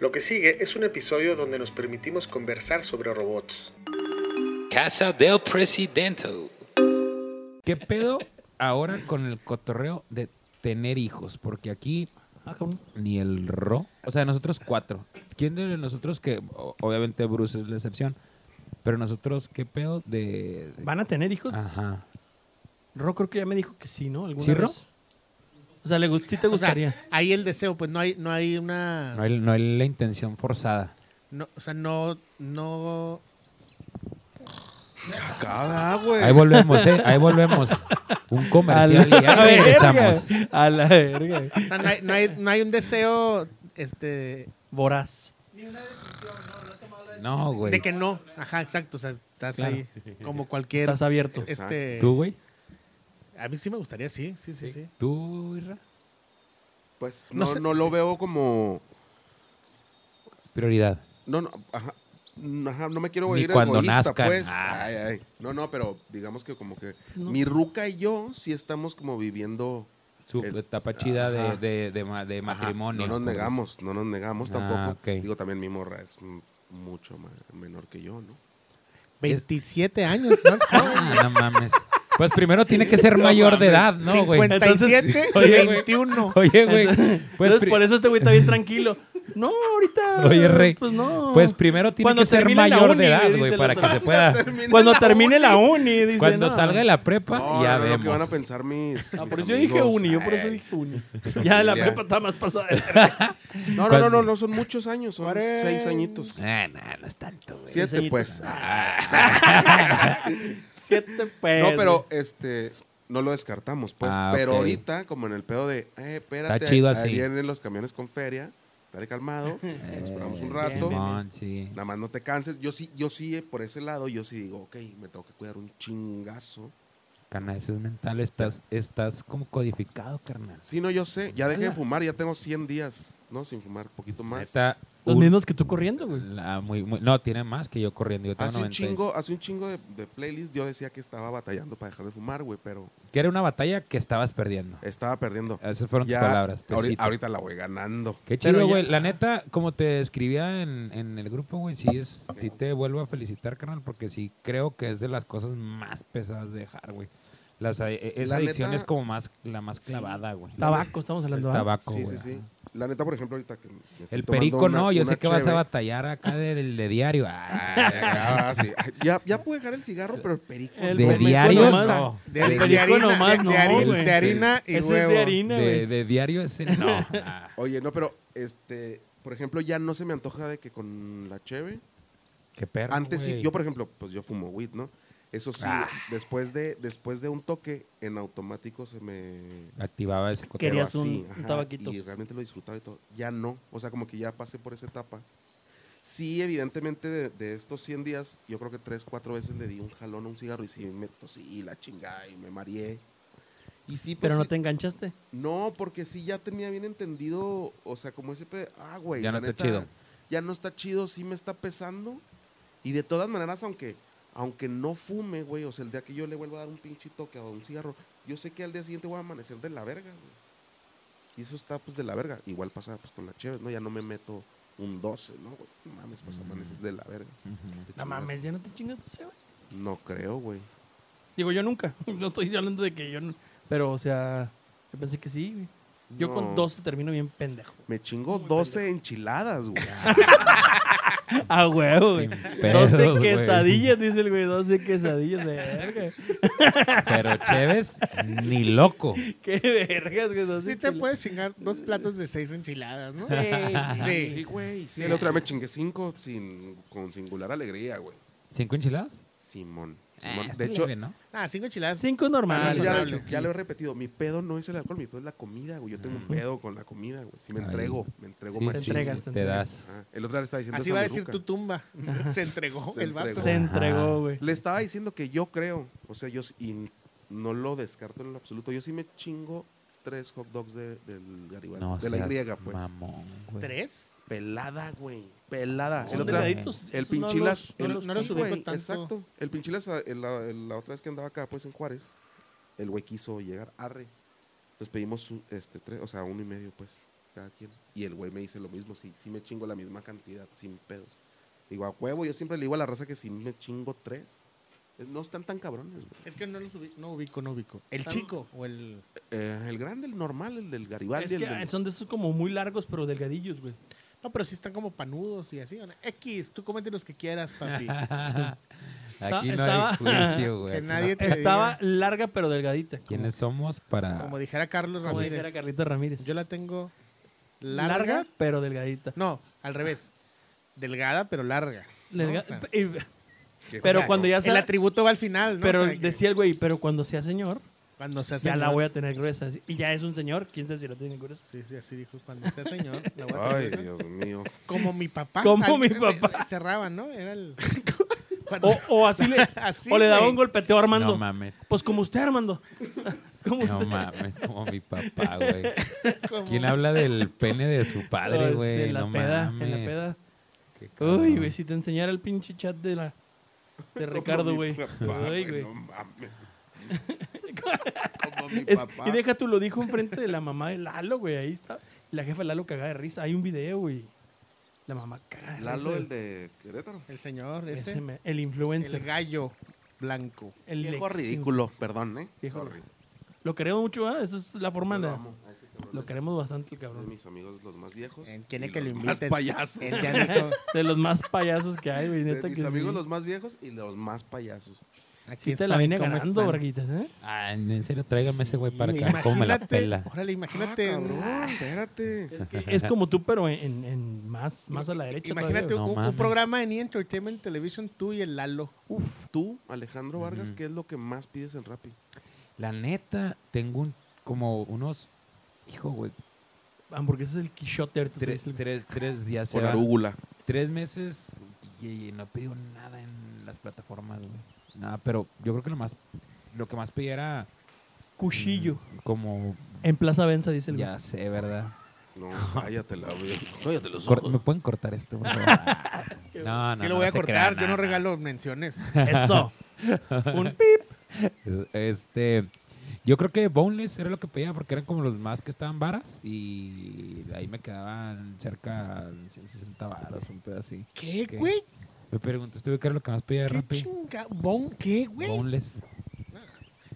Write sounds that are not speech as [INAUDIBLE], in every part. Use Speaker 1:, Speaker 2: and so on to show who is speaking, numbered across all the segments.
Speaker 1: Lo que sigue es un episodio donde nos permitimos conversar sobre robots.
Speaker 2: Casa del Presidente.
Speaker 3: ¿Qué pedo ahora con el cotorreo de tener hijos? Porque aquí
Speaker 4: Ah,
Speaker 3: ni el ro. O sea, nosotros cuatro. ¿Quién de nosotros que o- obviamente Bruce es la excepción? Pero nosotros, ¿qué pedo de, de-
Speaker 4: ¿Van a tener hijos?
Speaker 3: Ajá.
Speaker 4: Ro creo que ya me dijo que sí, ¿no? ¿Alguna
Speaker 3: Ah. ¿Sí, Ro?
Speaker 4: vez? O sea, le gust- sí te
Speaker 5: O sea,
Speaker 4: gustaría.
Speaker 5: ahí el deseo, pues no hay, no hay una.
Speaker 3: No hay, no hay la intención forzada.
Speaker 5: no- o sea, no, no.
Speaker 6: Cada, güey.
Speaker 3: Ahí volvemos, ¿eh? Ahí volvemos. Un comercial y
Speaker 4: A la
Speaker 3: ahí regresamos.
Speaker 4: verga. A la verga.
Speaker 5: O sea, no hay, no hay- no hay un deseo este
Speaker 4: Voraz.
Speaker 3: No, güey.
Speaker 5: de que no. Ajá, exacto. O sea, estás
Speaker 3: Claro.
Speaker 5: ahí como cualquier.
Speaker 4: Estás abierto.
Speaker 5: este,
Speaker 3: ¿Tú, güey?
Speaker 5: a mí sí me gustaría, sí, sí, sí, sí.
Speaker 3: ¿Tú, Irra?
Speaker 6: Pues
Speaker 5: No
Speaker 6: no,
Speaker 5: sé.
Speaker 6: no lo veo como.
Speaker 3: Prioridad.
Speaker 6: No, no, ajá. Mm, ajá, no me quiero
Speaker 3: Ni
Speaker 6: oír
Speaker 3: cuando
Speaker 6: egoísta,
Speaker 3: nazcan.
Speaker 6: pues.
Speaker 3: Ah.
Speaker 6: Ay, ay. No, no, pero digamos que como que
Speaker 4: No.
Speaker 6: mi ruca y yo sí estamos como viviendo
Speaker 3: Su
Speaker 6: El-
Speaker 3: etapa chida de,
Speaker 6: Ajá.
Speaker 3: de, de ma- de
Speaker 6: Ajá,
Speaker 3: matrimonio.
Speaker 6: No nos
Speaker 3: pues.
Speaker 6: negamos, no nos negamos
Speaker 3: Ah,
Speaker 6: tampoco.
Speaker 3: ok.
Speaker 6: Digo, también mi morra es m- mucho ma- menor que yo, ¿no?
Speaker 5: 27 años
Speaker 4: [LAUGHS]
Speaker 5: más joven.
Speaker 3: Ah, no mames. Pues primero tiene que ser mayor de edad, ¿no, güey?
Speaker 5: 57 y
Speaker 3: Oye, güey.
Speaker 5: 21.
Speaker 3: Oye, güey. Pues,
Speaker 4: Entonces,
Speaker 3: pri-
Speaker 4: por eso este güey está bien tranquilo. No, ahorita.
Speaker 3: Oye, Rey,
Speaker 4: Pues no.
Speaker 3: pues primero tiene
Speaker 4: Cuando
Speaker 3: que ser
Speaker 4: termine la
Speaker 3: mayor
Speaker 4: uni,
Speaker 3: de edad,
Speaker 4: dice
Speaker 3: güey,
Speaker 4: el
Speaker 3: para
Speaker 4: otro.
Speaker 3: que se pueda.
Speaker 4: [LAUGHS] Cuando termine la uni, dice.
Speaker 3: Cuando
Speaker 4: no.
Speaker 3: salga de la prepa,
Speaker 6: No,
Speaker 3: Pues, ya
Speaker 6: no, no,
Speaker 3: vemos.
Speaker 6: ¿qué van a pensar mis.
Speaker 4: Ah,
Speaker 6: mis
Speaker 4: por eso yo dije
Speaker 6: amigos?
Speaker 4: uni, yo por eso
Speaker 6: Ay.
Speaker 4: dije uni. Ya la
Speaker 6: Ya.
Speaker 4: prepa está más pasada. de
Speaker 3: [LAUGHS]
Speaker 4: verga.
Speaker 6: No, no, no, no, no, son muchos años, son
Speaker 5: Cuaren-
Speaker 6: seis añitos.
Speaker 3: Ah, no, no es tanto, güey.
Speaker 4: Seis
Speaker 6: Siete,
Speaker 4: añitos.
Speaker 6: pues. Ah,
Speaker 4: Siete pesos.
Speaker 6: No, pero este. No lo descartamos, pues.
Speaker 3: Ah,
Speaker 6: pero
Speaker 3: ok.
Speaker 6: ahorita, como en el pedo de, eh, espérate,
Speaker 3: Está chido
Speaker 6: ahí
Speaker 3: así.
Speaker 6: vienen los camiones con feria, estaré
Speaker 3: [LAUGHS]
Speaker 6: calmado, [LAUGHS] nos esperamos
Speaker 3: Eh,
Speaker 6: un rato.
Speaker 3: Simón, sí.
Speaker 6: Nada más no te canses. Yo sí, yo sí, eh, por ese lado, yo sí digo, ok, me tengo que cuidar un chingazo.
Speaker 3: Carnal, eso es mental. Estás, estás como codificado, carnal.
Speaker 6: Sí, no, yo sé. Ya dejé de fumar, ya tengo 100 días, ¿no? Sin fumar, poquito más.
Speaker 3: Neta,
Speaker 4: Los
Speaker 3: un-
Speaker 4: mismos que tú corriendo, güey.
Speaker 3: la- muy- muy- no, tiene más que yo corriendo. Yo tengo
Speaker 6: Hace Ah, un
Speaker 3: 96.
Speaker 6: chingo, hace un chingo de, de playlist yo decía que estaba batallando para dejar de fumar, güey, pero
Speaker 3: Que era una batalla que estabas perdiendo.
Speaker 6: estaba perdiendo.
Speaker 3: Esas fueron
Speaker 6: Ya,
Speaker 3: tus palabras. te
Speaker 6: ahori-
Speaker 3: cito.
Speaker 6: ahorita, la voy ganando.
Speaker 3: Qué
Speaker 4: Pero
Speaker 3: chido,
Speaker 4: ya-
Speaker 3: güey. La neta, como te escribía en, en el grupo, güey, sí, es, sí te vuelvo a felicitar, carnal, porque sí creo que es de las cosas más pesadas de dejar, güey. Las, a- e- esa
Speaker 6: La
Speaker 3: adicción
Speaker 6: neta-
Speaker 3: es como más, la más
Speaker 6: Sí.
Speaker 3: clavada, güey.
Speaker 4: Tabaco, estamos
Speaker 3: El
Speaker 4: hablando ¿ah? ¿verdad?
Speaker 3: tabaco,
Speaker 6: sí,
Speaker 3: güey.
Speaker 6: sí, sí. La neta, por ejemplo, ahorita que me estoy
Speaker 3: Oh, El
Speaker 6: tomando
Speaker 3: perico
Speaker 6: una-
Speaker 3: no, yo
Speaker 6: una
Speaker 3: sé que vas a
Speaker 6: cheve.
Speaker 3: batallar acá del de, diario. Ah,
Speaker 6: [LAUGHS] Ah, sí. Ay, Ya, ya pude dejar el cigarro, pero el perico
Speaker 4: El
Speaker 3: de
Speaker 4: me suena
Speaker 3: diario
Speaker 4: más.
Speaker 3: no.
Speaker 5: De,
Speaker 3: De-
Speaker 5: de
Speaker 4: perico
Speaker 5: harina,
Speaker 4: nomás,
Speaker 5: de,
Speaker 4: no,
Speaker 5: de harina-
Speaker 4: güey.
Speaker 5: de harina y
Speaker 4: Eso
Speaker 5: huevo.
Speaker 4: es de harina,
Speaker 3: De,
Speaker 4: güey.
Speaker 3: de diario ese no. Ah,
Speaker 6: Oye, no, pero este, por ejemplo, ya no se me antoja de que con la cheve.
Speaker 3: qué perro.
Speaker 6: Antes sí,
Speaker 3: güey.
Speaker 6: yo por ejemplo, pues yo fumo weed, ¿no? Eso sí,
Speaker 3: Ah.
Speaker 6: después de después de un toque en automático se me
Speaker 3: activaba ese
Speaker 6: pero
Speaker 3: cotorreo.
Speaker 4: Querías un- un tabaquito.
Speaker 6: Y realmente lo disfrutaba y todo. Ya no, o sea, como que ya pasé por esa etapa. Sí, evidentemente de, de estos 100 días, yo creo que tres, cuatro veces le di un jalón a un cigarro y sí me tosí la chingada y me mareé. Y sí, pues,
Speaker 4: Pero no
Speaker 6: sí-
Speaker 4: te enganchaste.
Speaker 6: no, porque sí ya tenía bien entendido, o sea, como ese... pe- Ah, güey.
Speaker 3: Ya no
Speaker 6: la
Speaker 3: está
Speaker 6: neta,
Speaker 3: chido.
Speaker 6: Ya no está chido, sí me está pesando. Y de todas maneras, aunque, aunque no fume, güey, o sea, el día que yo le vuelva a dar un pinche toque o un cigarro, yo sé que al día siguiente voy a amanecer de la verga, güey. Y eso está, pues, de la verga. Igual pasa, pues, con la chévere, ¿no? Ya no me meto un 12, ¿no, güey? No mames, pues,
Speaker 3: Mm.
Speaker 6: amaneces de la verga.
Speaker 3: Ujú.
Speaker 6: Te
Speaker 4: No
Speaker 6: chingas.
Speaker 4: mames, ya no te chingas, pues, eh, güey.
Speaker 6: No creo, güey.
Speaker 4: Digo, yo nunca. [LAUGHS] No estoy hablando de que yo no. Pero, o sea, yo pensé que sí, güey. Yo con
Speaker 6: No.
Speaker 4: 12 termino bien pendejo.
Speaker 6: Me chingo 12 enchiladas, güey.
Speaker 3: [LAUGHS]
Speaker 4: Ah, huevo, güey.
Speaker 3: Sin
Speaker 4: 12
Speaker 3: pedos, güey.
Speaker 4: quesadillas, dice el güey. 12 quesadillas, verga.
Speaker 3: Pero Chévez, ni loco.
Speaker 4: Qué vergas, güey. 12
Speaker 5: Sí te
Speaker 4: chile-
Speaker 5: puedes chingar dos platos de seis enchiladas, ¿no?
Speaker 4: Sí.
Speaker 5: Sí.
Speaker 6: Sí, güey. Sí, el otro día me chingué 5 sin, con singular alegría, güey.
Speaker 3: ¿Cinco enchiladas?
Speaker 6: Simón.
Speaker 3: Ah,
Speaker 4: Eh,
Speaker 6: Simón.
Speaker 3: está
Speaker 6: de hecho,
Speaker 3: leve, ¿no?
Speaker 5: Ah, cinco enchiladas.
Speaker 4: Cinco
Speaker 6: ah,
Speaker 4: normales.
Speaker 6: sí, ya, lo-
Speaker 5: razonable.
Speaker 6: ya lo he repetido. Mi pedo no es el alcohol, mi pedo es la comida, güey. Yo tengo un pedo con la comida, güey. Si me
Speaker 3: Ay.
Speaker 6: entrego, me entrego
Speaker 3: Sí,
Speaker 6: más
Speaker 3: sí,
Speaker 4: Te entregas,
Speaker 3: sí,
Speaker 4: te
Speaker 6: Ah,
Speaker 3: te
Speaker 4: entregas.
Speaker 3: das.
Speaker 6: el otro día le estaba diciendo
Speaker 5: Así
Speaker 6: eso
Speaker 5: va a
Speaker 6: mi
Speaker 5: decir
Speaker 6: ruca.
Speaker 5: tu tumba. [LAUGHS] Se entregó
Speaker 6: Se
Speaker 5: el vato.
Speaker 6: entregó.
Speaker 4: Se entregó, güey.
Speaker 6: Le estaba diciendo que yo creo, o sea, yo s- y no lo descarto en lo absoluto. Yo sí me chingo tres hot dogs de, del Garibaldi,
Speaker 3: No
Speaker 6: de la
Speaker 3: seas
Speaker 6: griega, pues.
Speaker 3: Mamón, güey.
Speaker 5: ¿Tres?
Speaker 6: Pelada, güey. Pelada.
Speaker 4: Son
Speaker 6: El otro día-
Speaker 4: delgaditos.
Speaker 6: El
Speaker 4: esos no
Speaker 6: pinchilas.
Speaker 4: los- no
Speaker 6: el-
Speaker 4: los-
Speaker 5: no los
Speaker 6: sí,
Speaker 4: sí,
Speaker 5: ubico
Speaker 6: güey,
Speaker 5: tanto.
Speaker 6: Exacto. El pinchilas, a- el- la, el- la otra vez que andaba acá, pues en Juárez, el güey quiso llegar arre. Nos pedimos un- este, tres, o sea, uno y medio, pues. cada quien. Y el güey me dice lo mismo, sí, sí me chingo la misma cantidad, sin pedos. Digo, a huevo, yo siempre le digo a la raza que sí me chingo tres. Eh, No están tan cabrones, güey.
Speaker 5: Es que no los ubi- no ubico, no ubico. El
Speaker 4: Ah,
Speaker 5: chico o el.
Speaker 6: Eh, el grande, el normal, el del Garibaldi.
Speaker 4: Es
Speaker 6: el
Speaker 4: que
Speaker 6: del-
Speaker 4: ah, son de esos como muy largos, pero delgadillos, güey.
Speaker 5: No, pero sí están como panudos y así. ¿o no? X, tú comente los que quieras, papi.
Speaker 3: [LAUGHS] Aquí no
Speaker 4: estaba-
Speaker 3: hay juicio, güey.
Speaker 5: que
Speaker 3: Aquí
Speaker 5: nadie
Speaker 3: no-
Speaker 5: te
Speaker 4: Estaba
Speaker 5: diga.
Speaker 4: larga, pero delgadita. como-
Speaker 3: ¿Quiénes somos para...?
Speaker 5: Como dijera Carlos
Speaker 4: Como
Speaker 5: Ramírez.
Speaker 4: dijera Carlito Ramírez.
Speaker 5: Yo la tengo larga.
Speaker 4: larga, pero delgadita.
Speaker 5: No, al revés. Delgada, pero larga. ¿no?
Speaker 4: Delga-
Speaker 5: O sea,
Speaker 4: y-
Speaker 6: que-
Speaker 4: pero
Speaker 6: o sea,
Speaker 4: cuando ya
Speaker 5: el
Speaker 4: sea...
Speaker 5: atributo va al final, ¿no?
Speaker 4: Pero
Speaker 5: O sea, que
Speaker 4: decía el güey, pero cuando sea señor,
Speaker 5: cuando sea
Speaker 4: ya
Speaker 5: señor.
Speaker 4: la voy a tener gruesa. Y ya es un señor, quién sabe si la tiene
Speaker 5: [LAUGHS]
Speaker 4: gruesa.
Speaker 5: Sí, sí, así dijo. Cuando sea señor, la voy a
Speaker 6: Ay,
Speaker 5: tener.
Speaker 6: Dios [LAUGHS] mío.
Speaker 5: Como mi papá.
Speaker 4: Como
Speaker 5: Al-
Speaker 4: mi papá.
Speaker 5: Cerraba, ¿no? Era
Speaker 4: [LAUGHS]
Speaker 5: el. Cuando-
Speaker 4: O, o así le...
Speaker 5: [LAUGHS] así,
Speaker 4: o le daba
Speaker 5: güey.
Speaker 4: un golpeteo a Armando.
Speaker 3: No mames.
Speaker 4: pues como usted,
Speaker 3: [LAUGHS]
Speaker 4: Armando. Como
Speaker 3: No
Speaker 4: usted.
Speaker 3: mames, como mi papá, güey.
Speaker 5: Como-
Speaker 3: ¿Quién habla del pene de su padre,
Speaker 4: Pues,
Speaker 3: güey?
Speaker 4: En la
Speaker 3: No
Speaker 4: peda,
Speaker 3: mames.
Speaker 4: en la peda.
Speaker 3: Qué cabrón.
Speaker 4: Uy, güey, si te enseñara el pinche chat de la...
Speaker 5: [LAUGHS]
Speaker 4: De Ricardo,
Speaker 6: Como
Speaker 4: güey.
Speaker 6: mi papá,
Speaker 4: Ay, güey.
Speaker 6: No mames. [LAUGHS] Como mi
Speaker 4: Es-
Speaker 6: papá.
Speaker 4: y deja tú, lo dijo enfrente de la mamá de Lalo, güey. Ahí está. La jefa de Lalo cagada de risa. Hay un video, güey. La mamá cagada de
Speaker 6: Lalo,
Speaker 4: risa.
Speaker 6: el de Querétaro.
Speaker 5: El señor,
Speaker 4: Ese
Speaker 5: ese.
Speaker 4: me- el
Speaker 5: El
Speaker 4: influencer.
Speaker 5: gallo blanco.
Speaker 4: El
Speaker 6: Viejo
Speaker 4: Lexi, güey.
Speaker 6: ridículo, perdón, ¿eh?
Speaker 4: Viejo
Speaker 6: Sorry.
Speaker 4: Lo queremos mucho, ¿ah? Esa es la forma.
Speaker 6: Yo
Speaker 4: de-
Speaker 6: lo
Speaker 4: Lo,
Speaker 6: amo a ese cabrón.
Speaker 4: queremos bastante, el
Speaker 6: Es de
Speaker 4: cabrón.
Speaker 6: mis amigos los más viejos.
Speaker 5: Él Tiene
Speaker 6: y
Speaker 5: que lo
Speaker 6: los más
Speaker 5: inviten.
Speaker 6: payasos.
Speaker 5: Él ya dijo.
Speaker 6: [LAUGHS]
Speaker 4: De los más payasos que hay, güey. Neta
Speaker 6: De
Speaker 4: que
Speaker 6: mis
Speaker 4: sí.
Speaker 6: amigos los más viejos y los más payasos.
Speaker 5: Aquí
Speaker 4: Sí te la
Speaker 5: estoy,
Speaker 4: viene
Speaker 5: ¿cómo
Speaker 4: ganando,
Speaker 5: están?
Speaker 4: Braguitas, ¿eh?
Speaker 3: Ah, en serio, tráigame ese güey para acá.
Speaker 5: Imagínate-
Speaker 3: ¿Cómo me la pela?
Speaker 5: Órale, imagínate.
Speaker 6: Ah,
Speaker 5: un-
Speaker 6: cabrón, espérate.
Speaker 4: Es, que es como tú, pero en, en- en más, más a la derecha.
Speaker 5: Imagínate
Speaker 4: todavía,
Speaker 5: un,
Speaker 3: No
Speaker 5: un
Speaker 3: mames.
Speaker 5: programa en E! Entertainment Television, tú y el Lalo.
Speaker 6: Uf, tú, Alejandro Vargas,
Speaker 3: Ujú.
Speaker 6: ¿qué es lo que más pides en Rappi?
Speaker 3: La neta, tengo un, como unos... Hijo, güey,
Speaker 4: güey. Hamburguesas del Quixote. ahorita te
Speaker 3: tres,
Speaker 4: dice el-
Speaker 3: tres, tres días. se
Speaker 6: Con
Speaker 3: va.
Speaker 6: arúgula.
Speaker 3: Tres meses y, y no he pedido nada en las plataformas, güey. Nada, pero yo creo que lo más... Lo que más pedí era...
Speaker 4: Cuchillo.
Speaker 3: mm, Como...
Speaker 4: En Plaza Benza, dice el
Speaker 3: Ya sé, ¿verdad?
Speaker 6: No, cállate la güey. [LAUGHS] Cállate los
Speaker 3: Cor-
Speaker 6: ojos.
Speaker 3: ¿Me pueden cortar
Speaker 5: [LAUGHS]
Speaker 3: esto? por favor? Ah, no, no,
Speaker 5: sí, lo
Speaker 3: no
Speaker 5: voy a
Speaker 3: se crean,
Speaker 5: cortar. yo
Speaker 3: no,
Speaker 5: no regalo menciones.
Speaker 3: [LAUGHS]
Speaker 4: güey. Eso. un pip.
Speaker 3: Este, yo creo que boneless era lo que pedía porque eran como los más que estaban varas y ahí me quedaban cerca de 160 varas, un pedo así.
Speaker 5: ¿Qué,
Speaker 3: ¿Qué?
Speaker 5: güey?
Speaker 3: Me preguntó, ¿estuve que era lo que más pedía de
Speaker 5: ¿Qué
Speaker 3: Rappi?
Speaker 5: chinga? bon- ¿Qué, güey?
Speaker 3: Boneless.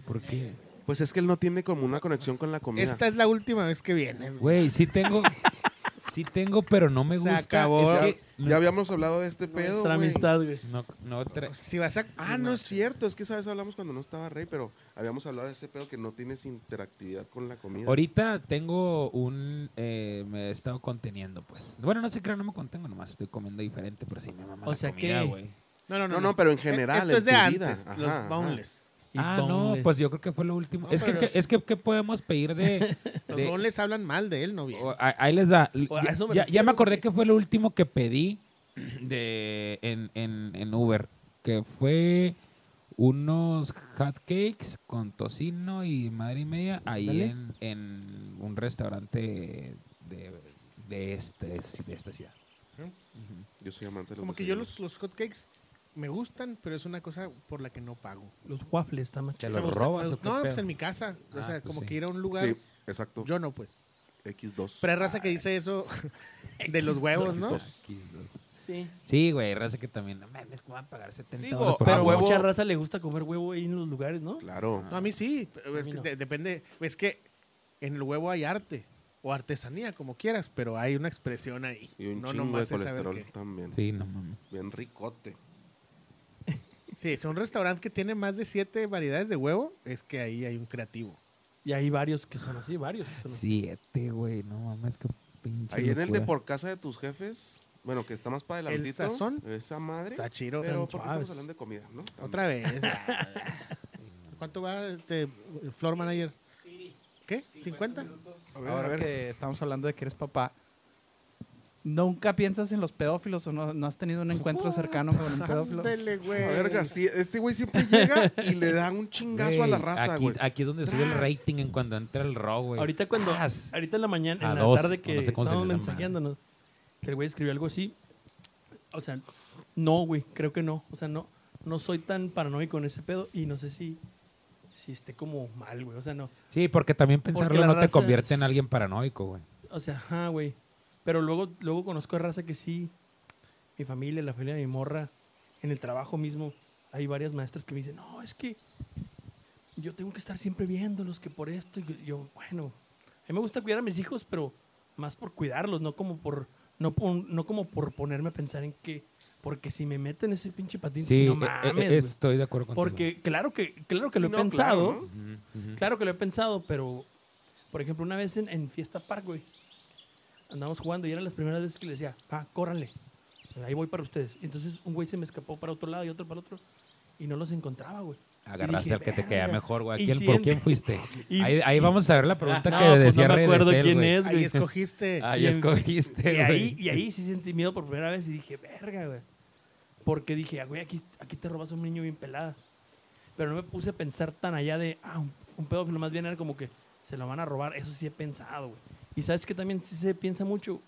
Speaker 3: ¿Por qué?
Speaker 6: Pues es que él no tiene como una conexión con la comida.
Speaker 5: Esta es la última vez que vienes, güey.
Speaker 3: Güey, sí
Speaker 5: [LAUGHS]
Speaker 3: tengo, sí tengo, pero no me
Speaker 5: Se
Speaker 3: gusta.
Speaker 5: acabó.
Speaker 3: Es
Speaker 6: Ya,
Speaker 3: que no-
Speaker 6: ya habíamos hablado de este pedo.
Speaker 4: Nuestra
Speaker 6: güey.
Speaker 4: amistad, güey.
Speaker 3: no, no tra-
Speaker 5: O sea, si vas a.
Speaker 6: Ah,
Speaker 5: si
Speaker 6: no es cierto. Es que sabes, hablamos cuando no estaba Rey, pero habíamos hablado de ese pedo que no tienes interactividad con la comida.
Speaker 3: Ahorita tengo un. eh, me he estado conteniendo, pues. Bueno, no sé qué, no me contengo nomás. Estoy comiendo diferente, pero sí me mama
Speaker 4: O
Speaker 3: la
Speaker 4: sea
Speaker 3: comida,
Speaker 4: que-
Speaker 3: güey.
Speaker 5: No, no, no.
Speaker 6: No, no, pero en general.
Speaker 5: Esto es de
Speaker 6: en tu vida.
Speaker 5: antes,
Speaker 6: Ajá,
Speaker 5: los
Speaker 6: ajá.
Speaker 5: boneless.
Speaker 4: Y
Speaker 3: Ah, no,
Speaker 4: boneless.
Speaker 3: pues yo creo que fue lo último.
Speaker 5: No,
Speaker 3: es, que,
Speaker 5: pero-
Speaker 3: ¿qué- es que, ¿qué podemos pedir de.
Speaker 5: [LAUGHS] Los
Speaker 3: de-
Speaker 5: boneless hablan mal de él, no bien.
Speaker 3: o- a- ahí les da.
Speaker 4: O a
Speaker 3: Ya,
Speaker 4: eso me
Speaker 3: ya- ya
Speaker 4: refiero,
Speaker 3: me acordé
Speaker 4: güey.
Speaker 3: que fue lo último que pedí de en, en, en Uber, que fue unos hotcakes con tocino y madre y media ahí
Speaker 4: Dale.
Speaker 3: en, en un restaurante de, de, este, de esta ciudad. Ujú.
Speaker 6: Yo soy amante de los
Speaker 5: Como que yo
Speaker 6: desayunos.
Speaker 5: los, los hotcakes me gustan, pero es una cosa por la que no pago.
Speaker 4: Los waffles están más
Speaker 3: Te
Speaker 5: O
Speaker 4: chidos.
Speaker 3: los
Speaker 5: sea, me gusta-
Speaker 3: robas.
Speaker 5: me
Speaker 3: o
Speaker 5: gusta-
Speaker 3: qué
Speaker 5: No,
Speaker 3: pedo?
Speaker 5: pues en mi casa. o
Speaker 3: Ah,
Speaker 5: sea,
Speaker 3: pues
Speaker 5: como
Speaker 3: sí.
Speaker 5: que ir a un lugar.
Speaker 6: Sí, exacto.
Speaker 5: Yo no, pues.
Speaker 6: X2.
Speaker 5: Pero hay raza que dice
Speaker 6: [LAUGHS]
Speaker 5: eso de los huevos, ¿no?
Speaker 6: X2.
Speaker 4: Sí.
Speaker 3: Sí, güey, raza que también. No mames, ¿cómo van a pagar 70
Speaker 6: Digo,
Speaker 3: dólares por
Speaker 4: Pero
Speaker 6: Ah,
Speaker 3: huevo?
Speaker 6: huevo.
Speaker 4: mucha raza le gusta comer huevo ahí en los lugares, ¿no?
Speaker 6: Claro.
Speaker 5: No, a mí sí. pero
Speaker 4: A
Speaker 5: Es
Speaker 4: mí
Speaker 5: que
Speaker 4: no.
Speaker 5: de- depende. Es que en el huevo hay arte o artesanía, como quieras, pero hay una expresión ahí.
Speaker 6: Y un
Speaker 5: no
Speaker 6: chingo de
Speaker 5: nomás es saber
Speaker 6: colesterol
Speaker 5: qué.
Speaker 6: también.
Speaker 3: Sí, no mames.
Speaker 6: Bien ricote.
Speaker 5: Sí, es un restaurante que tiene más de siete variedades de huevo. Es que ahí hay un creativo.
Speaker 4: Y hay varios que son así, varios que son así.
Speaker 3: Siete, güey, no mames, qué pinche.
Speaker 6: Ahí en el de
Speaker 3: locura.
Speaker 6: por casa de tus jefes, bueno, que está más para adelantito.
Speaker 5: sazón?
Speaker 6: Esa madre.
Speaker 5: Está chido.
Speaker 6: Pero
Speaker 4: están
Speaker 6: porque estamos
Speaker 4: suaves.
Speaker 6: hablando de comida, ¿no?
Speaker 5: Otra
Speaker 6: [LAUGHS]
Speaker 5: vez. ¿Cuánto va este floor manager? ¿Qué? ¿50?
Speaker 6: A ver, a
Speaker 7: Ahora
Speaker 6: ver.
Speaker 7: que estamos hablando de que eres papá, ¿nunca piensas en los pedófilos o no, no has tenido un encuentro cercano con un pedófilo?
Speaker 5: Ándale, güey.
Speaker 6: A ver, García, este güey siempre llega y le da un chingazo a la
Speaker 3: Güey,
Speaker 6: raza,
Speaker 3: aquí,
Speaker 6: güey.
Speaker 3: aquí es donde sube el
Speaker 6: Tras.
Speaker 3: rating en cuando entra el rock, güey.
Speaker 4: Ahorita cuando,
Speaker 3: Tras.
Speaker 4: ahorita en la mañana, en
Speaker 3: A
Speaker 4: la
Speaker 3: dos,
Speaker 4: tarde
Speaker 3: o
Speaker 4: que
Speaker 3: no sé cómo se
Speaker 4: estábamos
Speaker 3: llama esa madre.
Speaker 4: mensajeándonos, que el güey escribió algo así. O sea, no, güey, creo que no. O sea, no, no soy tan paranoico en ese pedo y no sé si, si esté como mal, güey. O sea, no.
Speaker 3: Sí, porque también pensarlo
Speaker 4: la
Speaker 3: no te
Speaker 4: raza-
Speaker 3: convierte en alguien paranoico, güey.
Speaker 4: O sea, ajá, güey. Pero luego, luego conozco a raza que sí. Mi familia, la familia de mi morra, en el trabajo mismo, hay varias maestras que me dicen, no, es que yo tengo que estar siempre viéndolos, que por esto. Y yo- yo, bueno, a mí me gusta cuidar a mis hijos, pero más por cuidarlos, no como por, no por- no como por ponerme a pensar en que, porque si me meten ese pinche patín,
Speaker 3: Sí,
Speaker 4: sí, no
Speaker 3: eh, eh,
Speaker 4: mames, güey.
Speaker 3: estoy de acuerdo contigo.
Speaker 4: Porque claro que, claro que lo he
Speaker 6: No, claro,
Speaker 4: pensado,
Speaker 6: ¿no?
Speaker 3: Ujú, ujú.
Speaker 4: Claro que lo he pensado, pero por ejemplo, una vez en, en Fiesta Park, güey, andábamos jugando y eran las primeras veces que le decía, ah, córranle, ahí voy para ustedes. Y entonces un güey se me escapó para otro lado y otro para otro y no los encontraba, güey.
Speaker 3: Agarraste
Speaker 4: dije,
Speaker 3: al que te queda
Speaker 4: "Verga".
Speaker 3: mejor, güey.
Speaker 4: Y
Speaker 3: ¿Quién-
Speaker 4: si
Speaker 3: ¿Por
Speaker 4: en-
Speaker 3: quién fuiste?
Speaker 4: y-
Speaker 3: ahí, ahí vamos a ver la pregunta
Speaker 4: Ah,
Speaker 3: que
Speaker 4: no, pues
Speaker 3: decía
Speaker 4: no me acuerdo
Speaker 3: Redesel,
Speaker 4: quién
Speaker 3: güey.
Speaker 4: es,
Speaker 5: Ahí
Speaker 4: güey.
Speaker 5: escogiste.
Speaker 3: Ahí
Speaker 4: Y en-
Speaker 3: escogiste,
Speaker 4: Y
Speaker 3: güey.
Speaker 4: ahí, y ahí sí sentí miedo por primera vez y dije, verga, güey. Porque dije, ah, güey, aquí, aquí te robas a un niño bien peladas. Pero no me puse a pensar tan allá de, ah, un, un pedófilo. Más bien era como que se lo van a robar. Eso sí he pensado, güey. Y sabes que también sí se piensa mucho,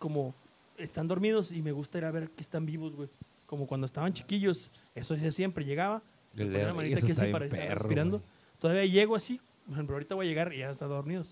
Speaker 4: como están dormidos y me gusta ir a ver que están vivos, güey. Como cuando estaban chiquillos, eso hacía siempre. Llegaba,
Speaker 3: Le-
Speaker 4: ponía la
Speaker 3: y
Speaker 4: manita
Speaker 3: eso
Speaker 4: aquí
Speaker 3: está
Speaker 4: así
Speaker 3: bien
Speaker 4: para estar
Speaker 3: perro,
Speaker 4: respirando.
Speaker 3: güey.
Speaker 4: Todavía llego así, por ejemplo, ahorita voy a llegar y ya están dormidos.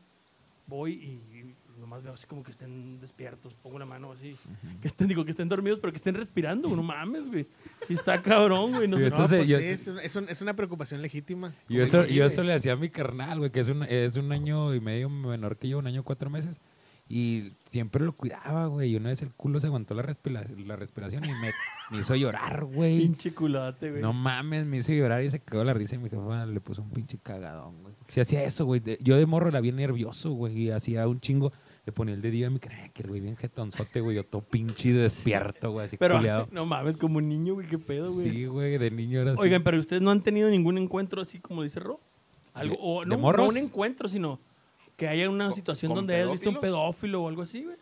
Speaker 4: Voy y, y nomás veo así como que estén despiertos, pongo la mano así. Que estén, digo, que estén dormidos, pero que estén respirando, güey, no mames, güey. Sí está cabrón, güey. No
Speaker 3: Y
Speaker 4: sé.
Speaker 3: eso
Speaker 5: No,
Speaker 3: se-
Speaker 5: pues
Speaker 3: yo-
Speaker 5: sí, es, un- es un- es una preocupación legítima.
Speaker 3: Yo eso,
Speaker 6: Sí,
Speaker 3: yo
Speaker 6: güey.
Speaker 3: eso le hacía a mi carnal, güey, que es un, es un año y medio menor que yo, un año y cuatro meses. Y siempre lo cuidaba, güey. Y una vez el culo se aguantó la, respira- la respiración y me, me hizo llorar,
Speaker 4: [LAUGHS]
Speaker 3: güey.
Speaker 4: Pinche culote, güey.
Speaker 3: No mames, me hizo llorar y se quedó la risa y mi jefa le puso un pinche cagadón, güey. Si hacía eso, güey. de- yo de morro era bien nervioso, güey. Y hacía un chingo. Le ponía el dedillo a mi cracker, güey, bien jetonzote, güey. Yo todo
Speaker 6: [LAUGHS]
Speaker 3: pinche despierto, güey, así
Speaker 4: pero
Speaker 3: culiado.
Speaker 4: [LAUGHS] no mames, como un niño, güey, qué pedo, güey.
Speaker 3: Sí, güey, de niño era así.
Speaker 4: Oigan, pero ustedes no han tenido ningún encuentro así como dice Ro. Algo,
Speaker 3: ¿De-
Speaker 4: o
Speaker 3: de
Speaker 4: no, no
Speaker 3: morros?
Speaker 4: un encuentro, sino que haya una
Speaker 6: ¿Con-
Speaker 4: situación
Speaker 6: con
Speaker 4: donde hayas visto un
Speaker 6: pedófilos?
Speaker 4: pedófilo o algo así, güey.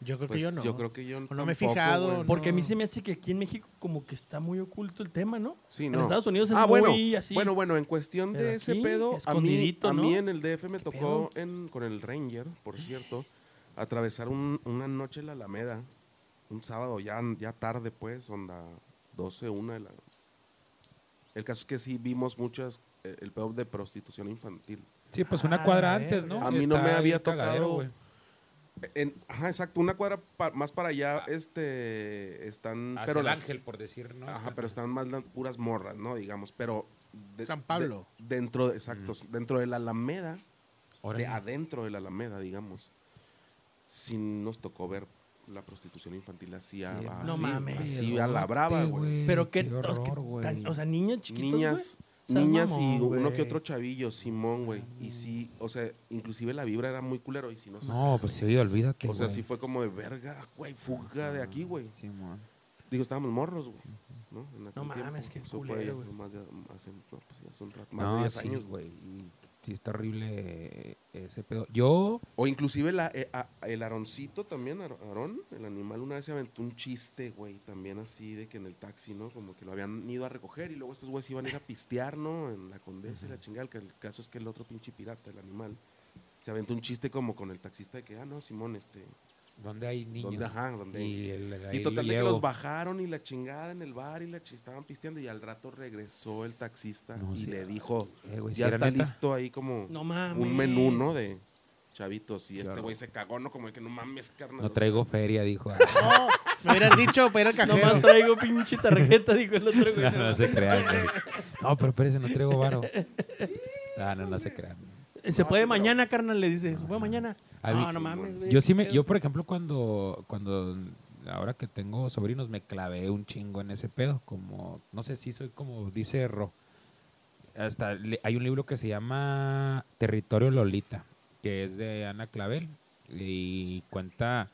Speaker 5: Yo creo
Speaker 6: Pues
Speaker 5: que yo no.
Speaker 6: Yo creo que yo
Speaker 5: O no me he
Speaker 6: tampoco,
Speaker 5: fijado,
Speaker 6: güey.
Speaker 5: no.
Speaker 4: Porque a mí se me hace que aquí en México como que está muy oculto el tema, ¿no?
Speaker 6: Sí,
Speaker 4: en
Speaker 6: no.
Speaker 4: Estados Unidos es
Speaker 6: ah, bueno,
Speaker 4: muy así.
Speaker 6: bueno, bueno, en cuestión
Speaker 4: Pero
Speaker 6: de ese
Speaker 4: aquí,
Speaker 6: pedo, a mí,
Speaker 4: escondidito,
Speaker 6: a mí
Speaker 4: ¿no?
Speaker 6: en el DF me
Speaker 4: ¿Qué
Speaker 6: tocó en, con el Ranger, por cierto, atravesar un- una noche en la Alameda, un sábado ya, ya tarde, pues, onda 12, 1 de la... El caso es que sí vimos muchas, eh, el pedo de prostitución infantil.
Speaker 3: Sí, pues
Speaker 4: Ah,
Speaker 3: una
Speaker 4: la
Speaker 3: cuadra antes, ¿no?
Speaker 4: verga.
Speaker 6: A mí no
Speaker 3: Está
Speaker 6: me
Speaker 3: ahí
Speaker 6: había
Speaker 3: el cagadero,
Speaker 6: tocado.
Speaker 3: güey.
Speaker 6: E, En- ajá, exacto, una cuadra pa- más para allá, este, están...
Speaker 2: Ah. Hacia
Speaker 6: pero
Speaker 2: el
Speaker 6: las-
Speaker 2: ángel, por decir, ¿no?
Speaker 3: Este,
Speaker 6: Ajá, pero están más las puras morras, ¿no? Digamos, pero... de-
Speaker 5: San Pablo.
Speaker 6: de- dentro, exacto, dentro de la Alameda, de
Speaker 3: Órale.
Speaker 6: adentro de la Alameda, digamos. Sí nos tocó ver la prostitución infantil así a,
Speaker 3: Sí,
Speaker 6: a-
Speaker 4: No
Speaker 6: así,
Speaker 4: mames.
Speaker 6: así a la brava, güey.
Speaker 4: Pero qué,
Speaker 3: Qué
Speaker 4: tos- que
Speaker 3: horror,
Speaker 4: tan-
Speaker 3: güey.
Speaker 4: o sea, niños chiquitos,
Speaker 6: Niñas,
Speaker 4: güey. Seas
Speaker 6: niñas y
Speaker 4: mamón,
Speaker 6: uno que
Speaker 4: güey.
Speaker 6: otro chavillo, Simón, güey. Y sí, o sea, inclusive la vibra era muy culero y si no...
Speaker 3: No, pues sí, oye, olvídate.
Speaker 6: o sea,
Speaker 3: güey.
Speaker 6: sí fue como de verga, güey, fuga de aquí, güey.
Speaker 3: Sí, mon.
Speaker 6: Digo, estábamos morros, güey. ¿no? En aquel
Speaker 4: mames,
Speaker 6: tiempo.
Speaker 4: qué
Speaker 6: Eso fue
Speaker 4: culero,
Speaker 6: ya
Speaker 4: güey.
Speaker 6: más de- hace, no, pues, ya hace un rato, más de
Speaker 3: No,
Speaker 6: 10
Speaker 3: sí,
Speaker 6: años, güey.
Speaker 3: güey. y Sí, está horrible eh, ese pedo. Yo,
Speaker 6: O inclusive la, eh, a- el aroncito también, Ar- Aarón, el animal, una vez se aventó un chiste, güey, también así de que en el taxi, ¿no? Como que lo habían ido a recoger y luego estos güeyes iban a ir a pistear, ¿no? En la condesa y la chingada, que el caso es que el otro pinche pirata, el animal, se aventó un chiste como con el taxista de que, ah, no, Simón, este...
Speaker 3: donde hay niños.
Speaker 6: ¿Dónde? Ajá, ¿dónde?
Speaker 3: Y, el, ahí
Speaker 6: Y total de que
Speaker 3: llego.
Speaker 6: los bajaron y la chingada en el bar y la chi- estaban pisteando y al rato regresó el taxista
Speaker 3: No,
Speaker 6: y
Speaker 3: sí.
Speaker 6: le dijo,
Speaker 3: Eh, güey, ¿sí
Speaker 6: ya
Speaker 3: era
Speaker 6: está
Speaker 3: neta?
Speaker 6: listo ahí como
Speaker 4: No mames.
Speaker 6: un menú, ¿no? De chavitos. Y este
Speaker 3: Claro.
Speaker 6: güey se cagó, ¿no? Como de que no mames, carnal.
Speaker 3: No traigo feria,
Speaker 6: [LAUGHS]
Speaker 3: dijo. Ah,
Speaker 5: No, me hubieras dicho para ir al cajero.
Speaker 4: Nomás traigo pinche tarjeta, dijo el otro, güey.
Speaker 3: no, no se crean, güey. No, pero espérense, no traigo
Speaker 6: [LAUGHS]
Speaker 3: varo. Ah, no, no se crean.
Speaker 4: Se
Speaker 6: No,
Speaker 4: puede
Speaker 6: pero-
Speaker 4: mañana, carnal, le dice. Se puede mañana.
Speaker 3: A mí-
Speaker 4: no, no mames, güey.
Speaker 3: Yo sí
Speaker 4: qué
Speaker 3: me,
Speaker 4: pedo.
Speaker 3: yo por ejemplo cuando, cuando ahora que tengo sobrinos me clavé un chingo en ese pedo, como, no sé si soy como dice Ro. Hasta le- hay un libro que se llama Territorio Lolita, que es de Ana Clavel, y cuenta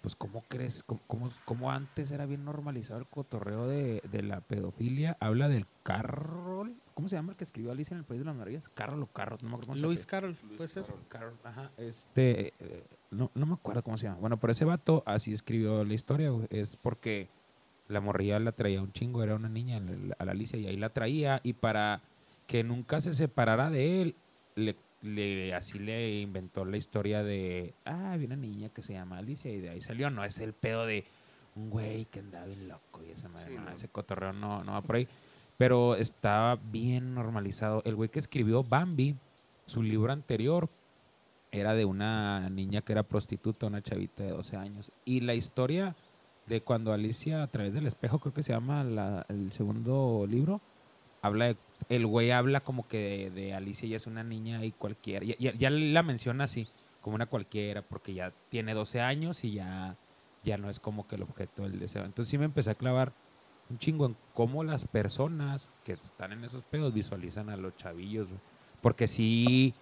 Speaker 3: pues cómo crees, cómo, cómo- cómo antes era bien normalizado el cotorreo de, de la pedofilia, habla del Carroll, ¿cómo se llama el que escribió Alicia en el País de las Maravillas? Carroll o Carrot, no me acuerdo cómo se
Speaker 5: Luis
Speaker 3: apellida.
Speaker 5: Carol, puede ser.
Speaker 3: Carol, ajá, este, eh, no, no me acuerdo cómo se llama. Bueno, pero ese vato así escribió la historia, güey. es porque la morrilla la traía un chingo, era una niña, la- la- a la Alicia, y ahí la traía, y para que nunca se separara de él, le, le- así le inventó la historia de, ah, había una niña que se llama Alicia, y de ahí salió, no es el pedo de un güey que andaba bien loco, y esa madre,
Speaker 6: Sí,
Speaker 3: no,
Speaker 6: no.
Speaker 3: ese cotorreo no, no va por ahí. Pero estaba bien normalizado. El güey que escribió Bambi, su libro anterior, era de una niña que era prostituta, una chavita de 12 años. Y la historia de cuando Alicia, a través del espejo, creo que se llama la- el segundo libro, habla de- el güey habla como que de, de Alicia y es una niña y cualquiera. Ya, ya- ya la menciona así, como una cualquiera, porque ya tiene 12 años y ya, ya no es como que el objeto del deseo. Entonces sí me empecé a clavar un chingo en cómo las personas que están en esos pedos visualizan a los chavillos, güey. Porque sí,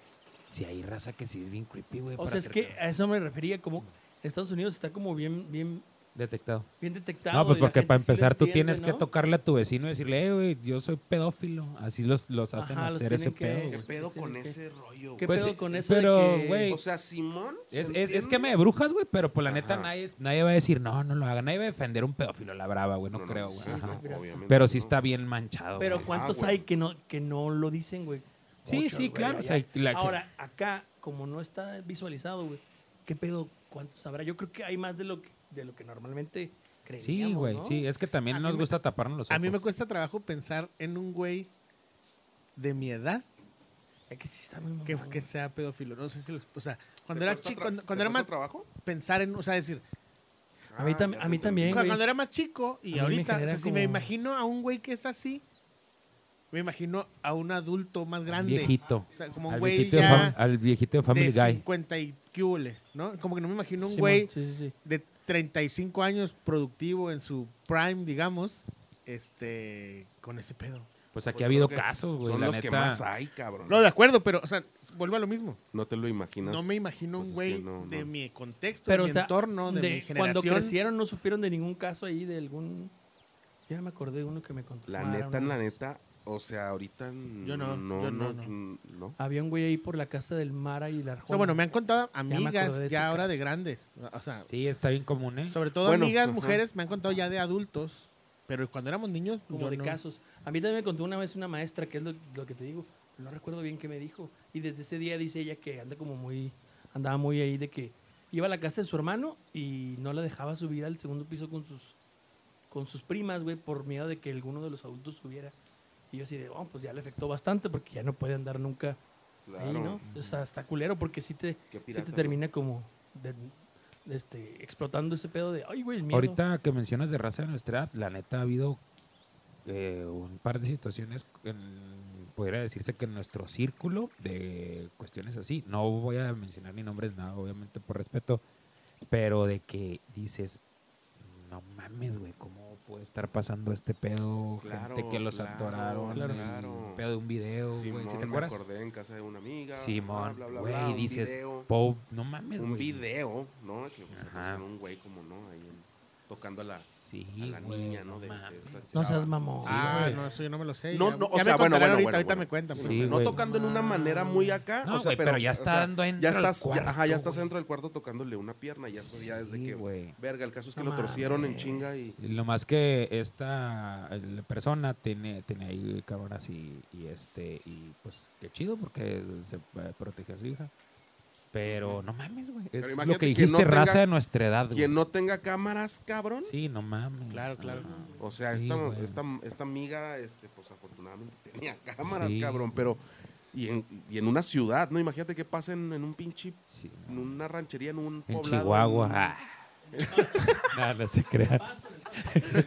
Speaker 3: sí hay raza que sí es bien creepy, güey.
Speaker 4: O
Speaker 3: para
Speaker 4: sea, es
Speaker 3: ser
Speaker 4: que a eso me refería, como Estados Unidos está como bien, bien,
Speaker 3: Detectado.
Speaker 4: bien detectado.
Speaker 3: No, pues
Speaker 4: y la
Speaker 3: porque
Speaker 4: gente
Speaker 3: para
Speaker 4: sí lo
Speaker 3: empezar tú
Speaker 4: entiende,
Speaker 3: tienes que
Speaker 4: ¿no?
Speaker 3: tocarle a tu vecino y decirle, eh, güey, yo soy pedófilo. Así los, los hacen
Speaker 4: Ajá, los
Speaker 3: hacer ese
Speaker 4: tienen que-
Speaker 3: pedo,
Speaker 6: ¿Qué
Speaker 3: güey.
Speaker 6: pedo
Speaker 4: Sí,
Speaker 6: con
Speaker 4: ¿qué?
Speaker 6: ese rollo?
Speaker 4: ¿Qué
Speaker 6: güey?
Speaker 3: Pues,
Speaker 4: pedo
Speaker 3: eh,
Speaker 4: con eso
Speaker 3: pero,
Speaker 4: de que-
Speaker 3: güey,
Speaker 6: O sea, Simón. ¿se
Speaker 3: Es, es, es
Speaker 6: entiende?
Speaker 3: que me de brujas, güey, pero por la neta
Speaker 6: Ajá.
Speaker 3: nadie, nadie va a decir, no, no lo haga. Nadie va a defender un pedófilo a la brava, güey, no, creo, güey.
Speaker 6: sí,
Speaker 3: Ajá.
Speaker 6: no, obviamente
Speaker 3: Pero sí
Speaker 6: no.
Speaker 3: está bien manchado.
Speaker 4: Pero
Speaker 3: Ah, güey.
Speaker 4: ¿cuántos
Speaker 6: güey.
Speaker 4: hay que no, que no lo dicen, güey?
Speaker 3: Sí,
Speaker 4: Muchos,
Speaker 3: sí,
Speaker 4: güey,
Speaker 3: claro, o
Speaker 4: allá.
Speaker 3: sea, la que-
Speaker 4: Ahora, acá, como no está visualizado, güey, ¿qué pedo? ¿Cuántos habrá? Yo creo que hay más de lo que, de lo que normalmente creíamos,
Speaker 3: Sí, güey,
Speaker 4: ¿no?
Speaker 3: sí. Es que también
Speaker 5: A mí
Speaker 3: nos
Speaker 5: me-
Speaker 3: gusta taparnos los ojos.
Speaker 5: A mí me cuesta trabajo pensar en un güey de mi edad
Speaker 4: Es que sí está muy
Speaker 5: que,
Speaker 4: mamón,
Speaker 5: que
Speaker 4: güey.
Speaker 5: sea pedófilo. No sé si los. O sea, cuando
Speaker 6: ¿Te
Speaker 5: era
Speaker 6: cuesta
Speaker 5: chico,
Speaker 6: tra-
Speaker 5: cuando,
Speaker 6: te
Speaker 5: cuando era
Speaker 6: cuesta
Speaker 5: más.
Speaker 6: trabajo?
Speaker 5: Pensar en. O sea, decir.
Speaker 4: A mí
Speaker 6: Ah,
Speaker 4: tam-
Speaker 6: ya
Speaker 4: a mí
Speaker 6: te entendí.
Speaker 4: también, güey.
Speaker 5: cuando, era más chico
Speaker 4: A
Speaker 5: y
Speaker 4: mí me
Speaker 5: ahorita. O sea,
Speaker 4: genera
Speaker 5: si me
Speaker 4: como-
Speaker 5: imagino a un güey que es así, me imagino a un adulto más grande.
Speaker 3: Viejito.
Speaker 5: O sea, como un
Speaker 3: Al
Speaker 5: güey
Speaker 3: viejito, de
Speaker 5: ya
Speaker 3: fam- al viejito de Family
Speaker 5: de
Speaker 3: Guy.
Speaker 5: 50 y qué hubole, ¿no? Como que no me imagino un
Speaker 4: Simón,
Speaker 5: güey
Speaker 4: Sí, sí, sí.
Speaker 5: de 35 años productivo en su prime, digamos, este, con ese pedo.
Speaker 3: Pues aquí
Speaker 6: Pues
Speaker 3: ha habido
Speaker 6: creo que
Speaker 3: casos, güey.
Speaker 6: Son
Speaker 3: La
Speaker 6: los que más
Speaker 3: neta.
Speaker 6: hay, cabrón.
Speaker 5: No, de acuerdo, pero, o sea, vuelvo a lo mismo.
Speaker 6: No te lo imaginas.
Speaker 5: No me imagino
Speaker 6: pues
Speaker 5: un
Speaker 6: es
Speaker 5: güey
Speaker 6: que no, no.
Speaker 5: de mi contexto,
Speaker 4: Pero,
Speaker 5: de
Speaker 4: o
Speaker 5: mi
Speaker 4: sea,
Speaker 5: entorno, de,
Speaker 4: de-
Speaker 5: mi generación.
Speaker 4: cuando crecieron no supieron de ningún caso ahí de algún... Yo ya me acordé de uno que me contó.
Speaker 6: La
Speaker 4: Ah,
Speaker 6: neta,
Speaker 4: una
Speaker 6: la
Speaker 4: vez.
Speaker 6: neta, o sea, ahorita
Speaker 5: Yo no,
Speaker 6: no,
Speaker 5: yo
Speaker 6: no,
Speaker 5: no,
Speaker 6: no, no.
Speaker 4: Había un güey ahí por la casa del Mara y la Arjona.
Speaker 5: O sea, bueno, me han contado
Speaker 4: me
Speaker 5: amigas
Speaker 4: acordé de
Speaker 5: ya,
Speaker 4: ese
Speaker 5: ahora de
Speaker 4: caso.
Speaker 5: grandes. O sea,
Speaker 3: Sí, está bien común, ¿eh?
Speaker 5: sobre todo
Speaker 6: Bueno,
Speaker 5: amigas,
Speaker 6: ajá.
Speaker 5: mujeres, me han contado ya de adultos. Pero cuando éramos niños,
Speaker 4: como
Speaker 5: yo
Speaker 4: de
Speaker 5: no.
Speaker 4: casos. A mí también me contó una vez una maestra, que es lo, lo que te digo, no recuerdo bien qué me dijo. Y desde ese día dice ella que anda como muy, andaba muy ahí de que iba a la casa de su hermano y no la dejaba subir al segundo piso con sus, con sus primas, güey, por miedo de que alguno de los adultos subiera. Y yo así de, oh, pues ya le afectó bastante porque ya no puede andar nunca ahí, ¿no? O sea, está culero porque sí te,
Speaker 6: Qué
Speaker 4: sí
Speaker 6: pirata,
Speaker 4: te
Speaker 6: ¿no?
Speaker 4: termina como de- de este, explotando ese pedo de, ay, güey, el miedo.
Speaker 3: Ahorita que mencionas de raza de nuestra edad, la neta ha habido eh, un par de situaciones, en- podría decirse que en nuestro círculo de cuestiones así, no voy a mencionar ni nombres, nada, obviamente por respeto, pero de que dices, no mames, güey, ¿cómo puede estar pasando este pedo?
Speaker 6: Claro,
Speaker 3: Gente que los
Speaker 6: claro,
Speaker 3: atoraron,
Speaker 6: claro.
Speaker 3: en
Speaker 6: Claro.
Speaker 3: un pedo de un video, güey,
Speaker 6: Simón,
Speaker 3: ¿sí te
Speaker 6: me
Speaker 3: acuerdas?
Speaker 6: acordé en casa de una amiga.
Speaker 3: Simón,
Speaker 6: bla, bla, bla, bla,
Speaker 3: güey,
Speaker 6: un
Speaker 3: dices,
Speaker 6: video,
Speaker 3: "Pau, no mames,
Speaker 6: un
Speaker 3: güey.
Speaker 6: video, ¿no? Que pues,
Speaker 3: Ajá.
Speaker 6: apareció un güey como, ¿no? Ahí en- tocando a la, a
Speaker 3: Sí,
Speaker 6: la
Speaker 3: güey,
Speaker 6: niña,
Speaker 3: no
Speaker 6: ¿no? De, de
Speaker 3: mames.
Speaker 6: esta
Speaker 4: No
Speaker 6: chava.
Speaker 4: seas mamón.
Speaker 5: Ah,
Speaker 3: güey.
Speaker 5: no, eso yo no me lo sé.
Speaker 6: No,
Speaker 5: ya,
Speaker 6: no, o
Speaker 5: ya
Speaker 6: sea,
Speaker 5: me contarán
Speaker 6: bueno, bueno,
Speaker 5: ahorita,
Speaker 6: bueno,
Speaker 5: ahorita
Speaker 6: bueno.
Speaker 5: me cuentan.
Speaker 3: Sí,
Speaker 5: pero-
Speaker 6: no
Speaker 3: güey.
Speaker 6: tocando en una manera muy acá.
Speaker 3: No,
Speaker 6: o sea,
Speaker 3: güey, pero ya
Speaker 6: o
Speaker 3: está
Speaker 6: sea,
Speaker 3: dando
Speaker 6: ya
Speaker 3: dentro del
Speaker 6: estás, ya, ajá,
Speaker 3: cuarto,
Speaker 6: ya estás
Speaker 3: güey.
Speaker 6: dentro del cuarto tocándole una pierna. Ya, eso ya es de
Speaker 3: Sí,
Speaker 6: que,
Speaker 3: güey.
Speaker 6: verga, el caso es que
Speaker 4: No
Speaker 6: lo torcieron en
Speaker 4: mames.
Speaker 6: chinga y...
Speaker 3: Y Lo más que esta la persona tiene, tiene ahí cámaras y, y este y pues qué chido porque se eh, protege a su hija. Pero no mames, güey. Es
Speaker 6: Pero
Speaker 3: lo
Speaker 6: imagínate
Speaker 3: que
Speaker 6: quien
Speaker 3: dijiste,
Speaker 6: no tenga-
Speaker 3: raza de nuestra edad, güey.
Speaker 6: Quien no tenga cámaras, cabrón.
Speaker 3: Sí, no mames.
Speaker 5: Claro, claro.
Speaker 3: Ah,
Speaker 6: O sea,
Speaker 3: Sí,
Speaker 6: esta,
Speaker 3: güey.
Speaker 6: esta, esta amiga, este, pues afortunadamente [LAUGHS] tenía cámaras,
Speaker 3: Sí.
Speaker 6: cabrón, pero... Y en, y en una ciudad, ¿no? Imagínate que pasen en un pinche...
Speaker 3: sí, no.
Speaker 6: En una ranchería, en un
Speaker 3: En
Speaker 6: poblado.
Speaker 3: Chihuahua.
Speaker 6: en- [LAUGHS]
Speaker 3: ah. no, no se crean.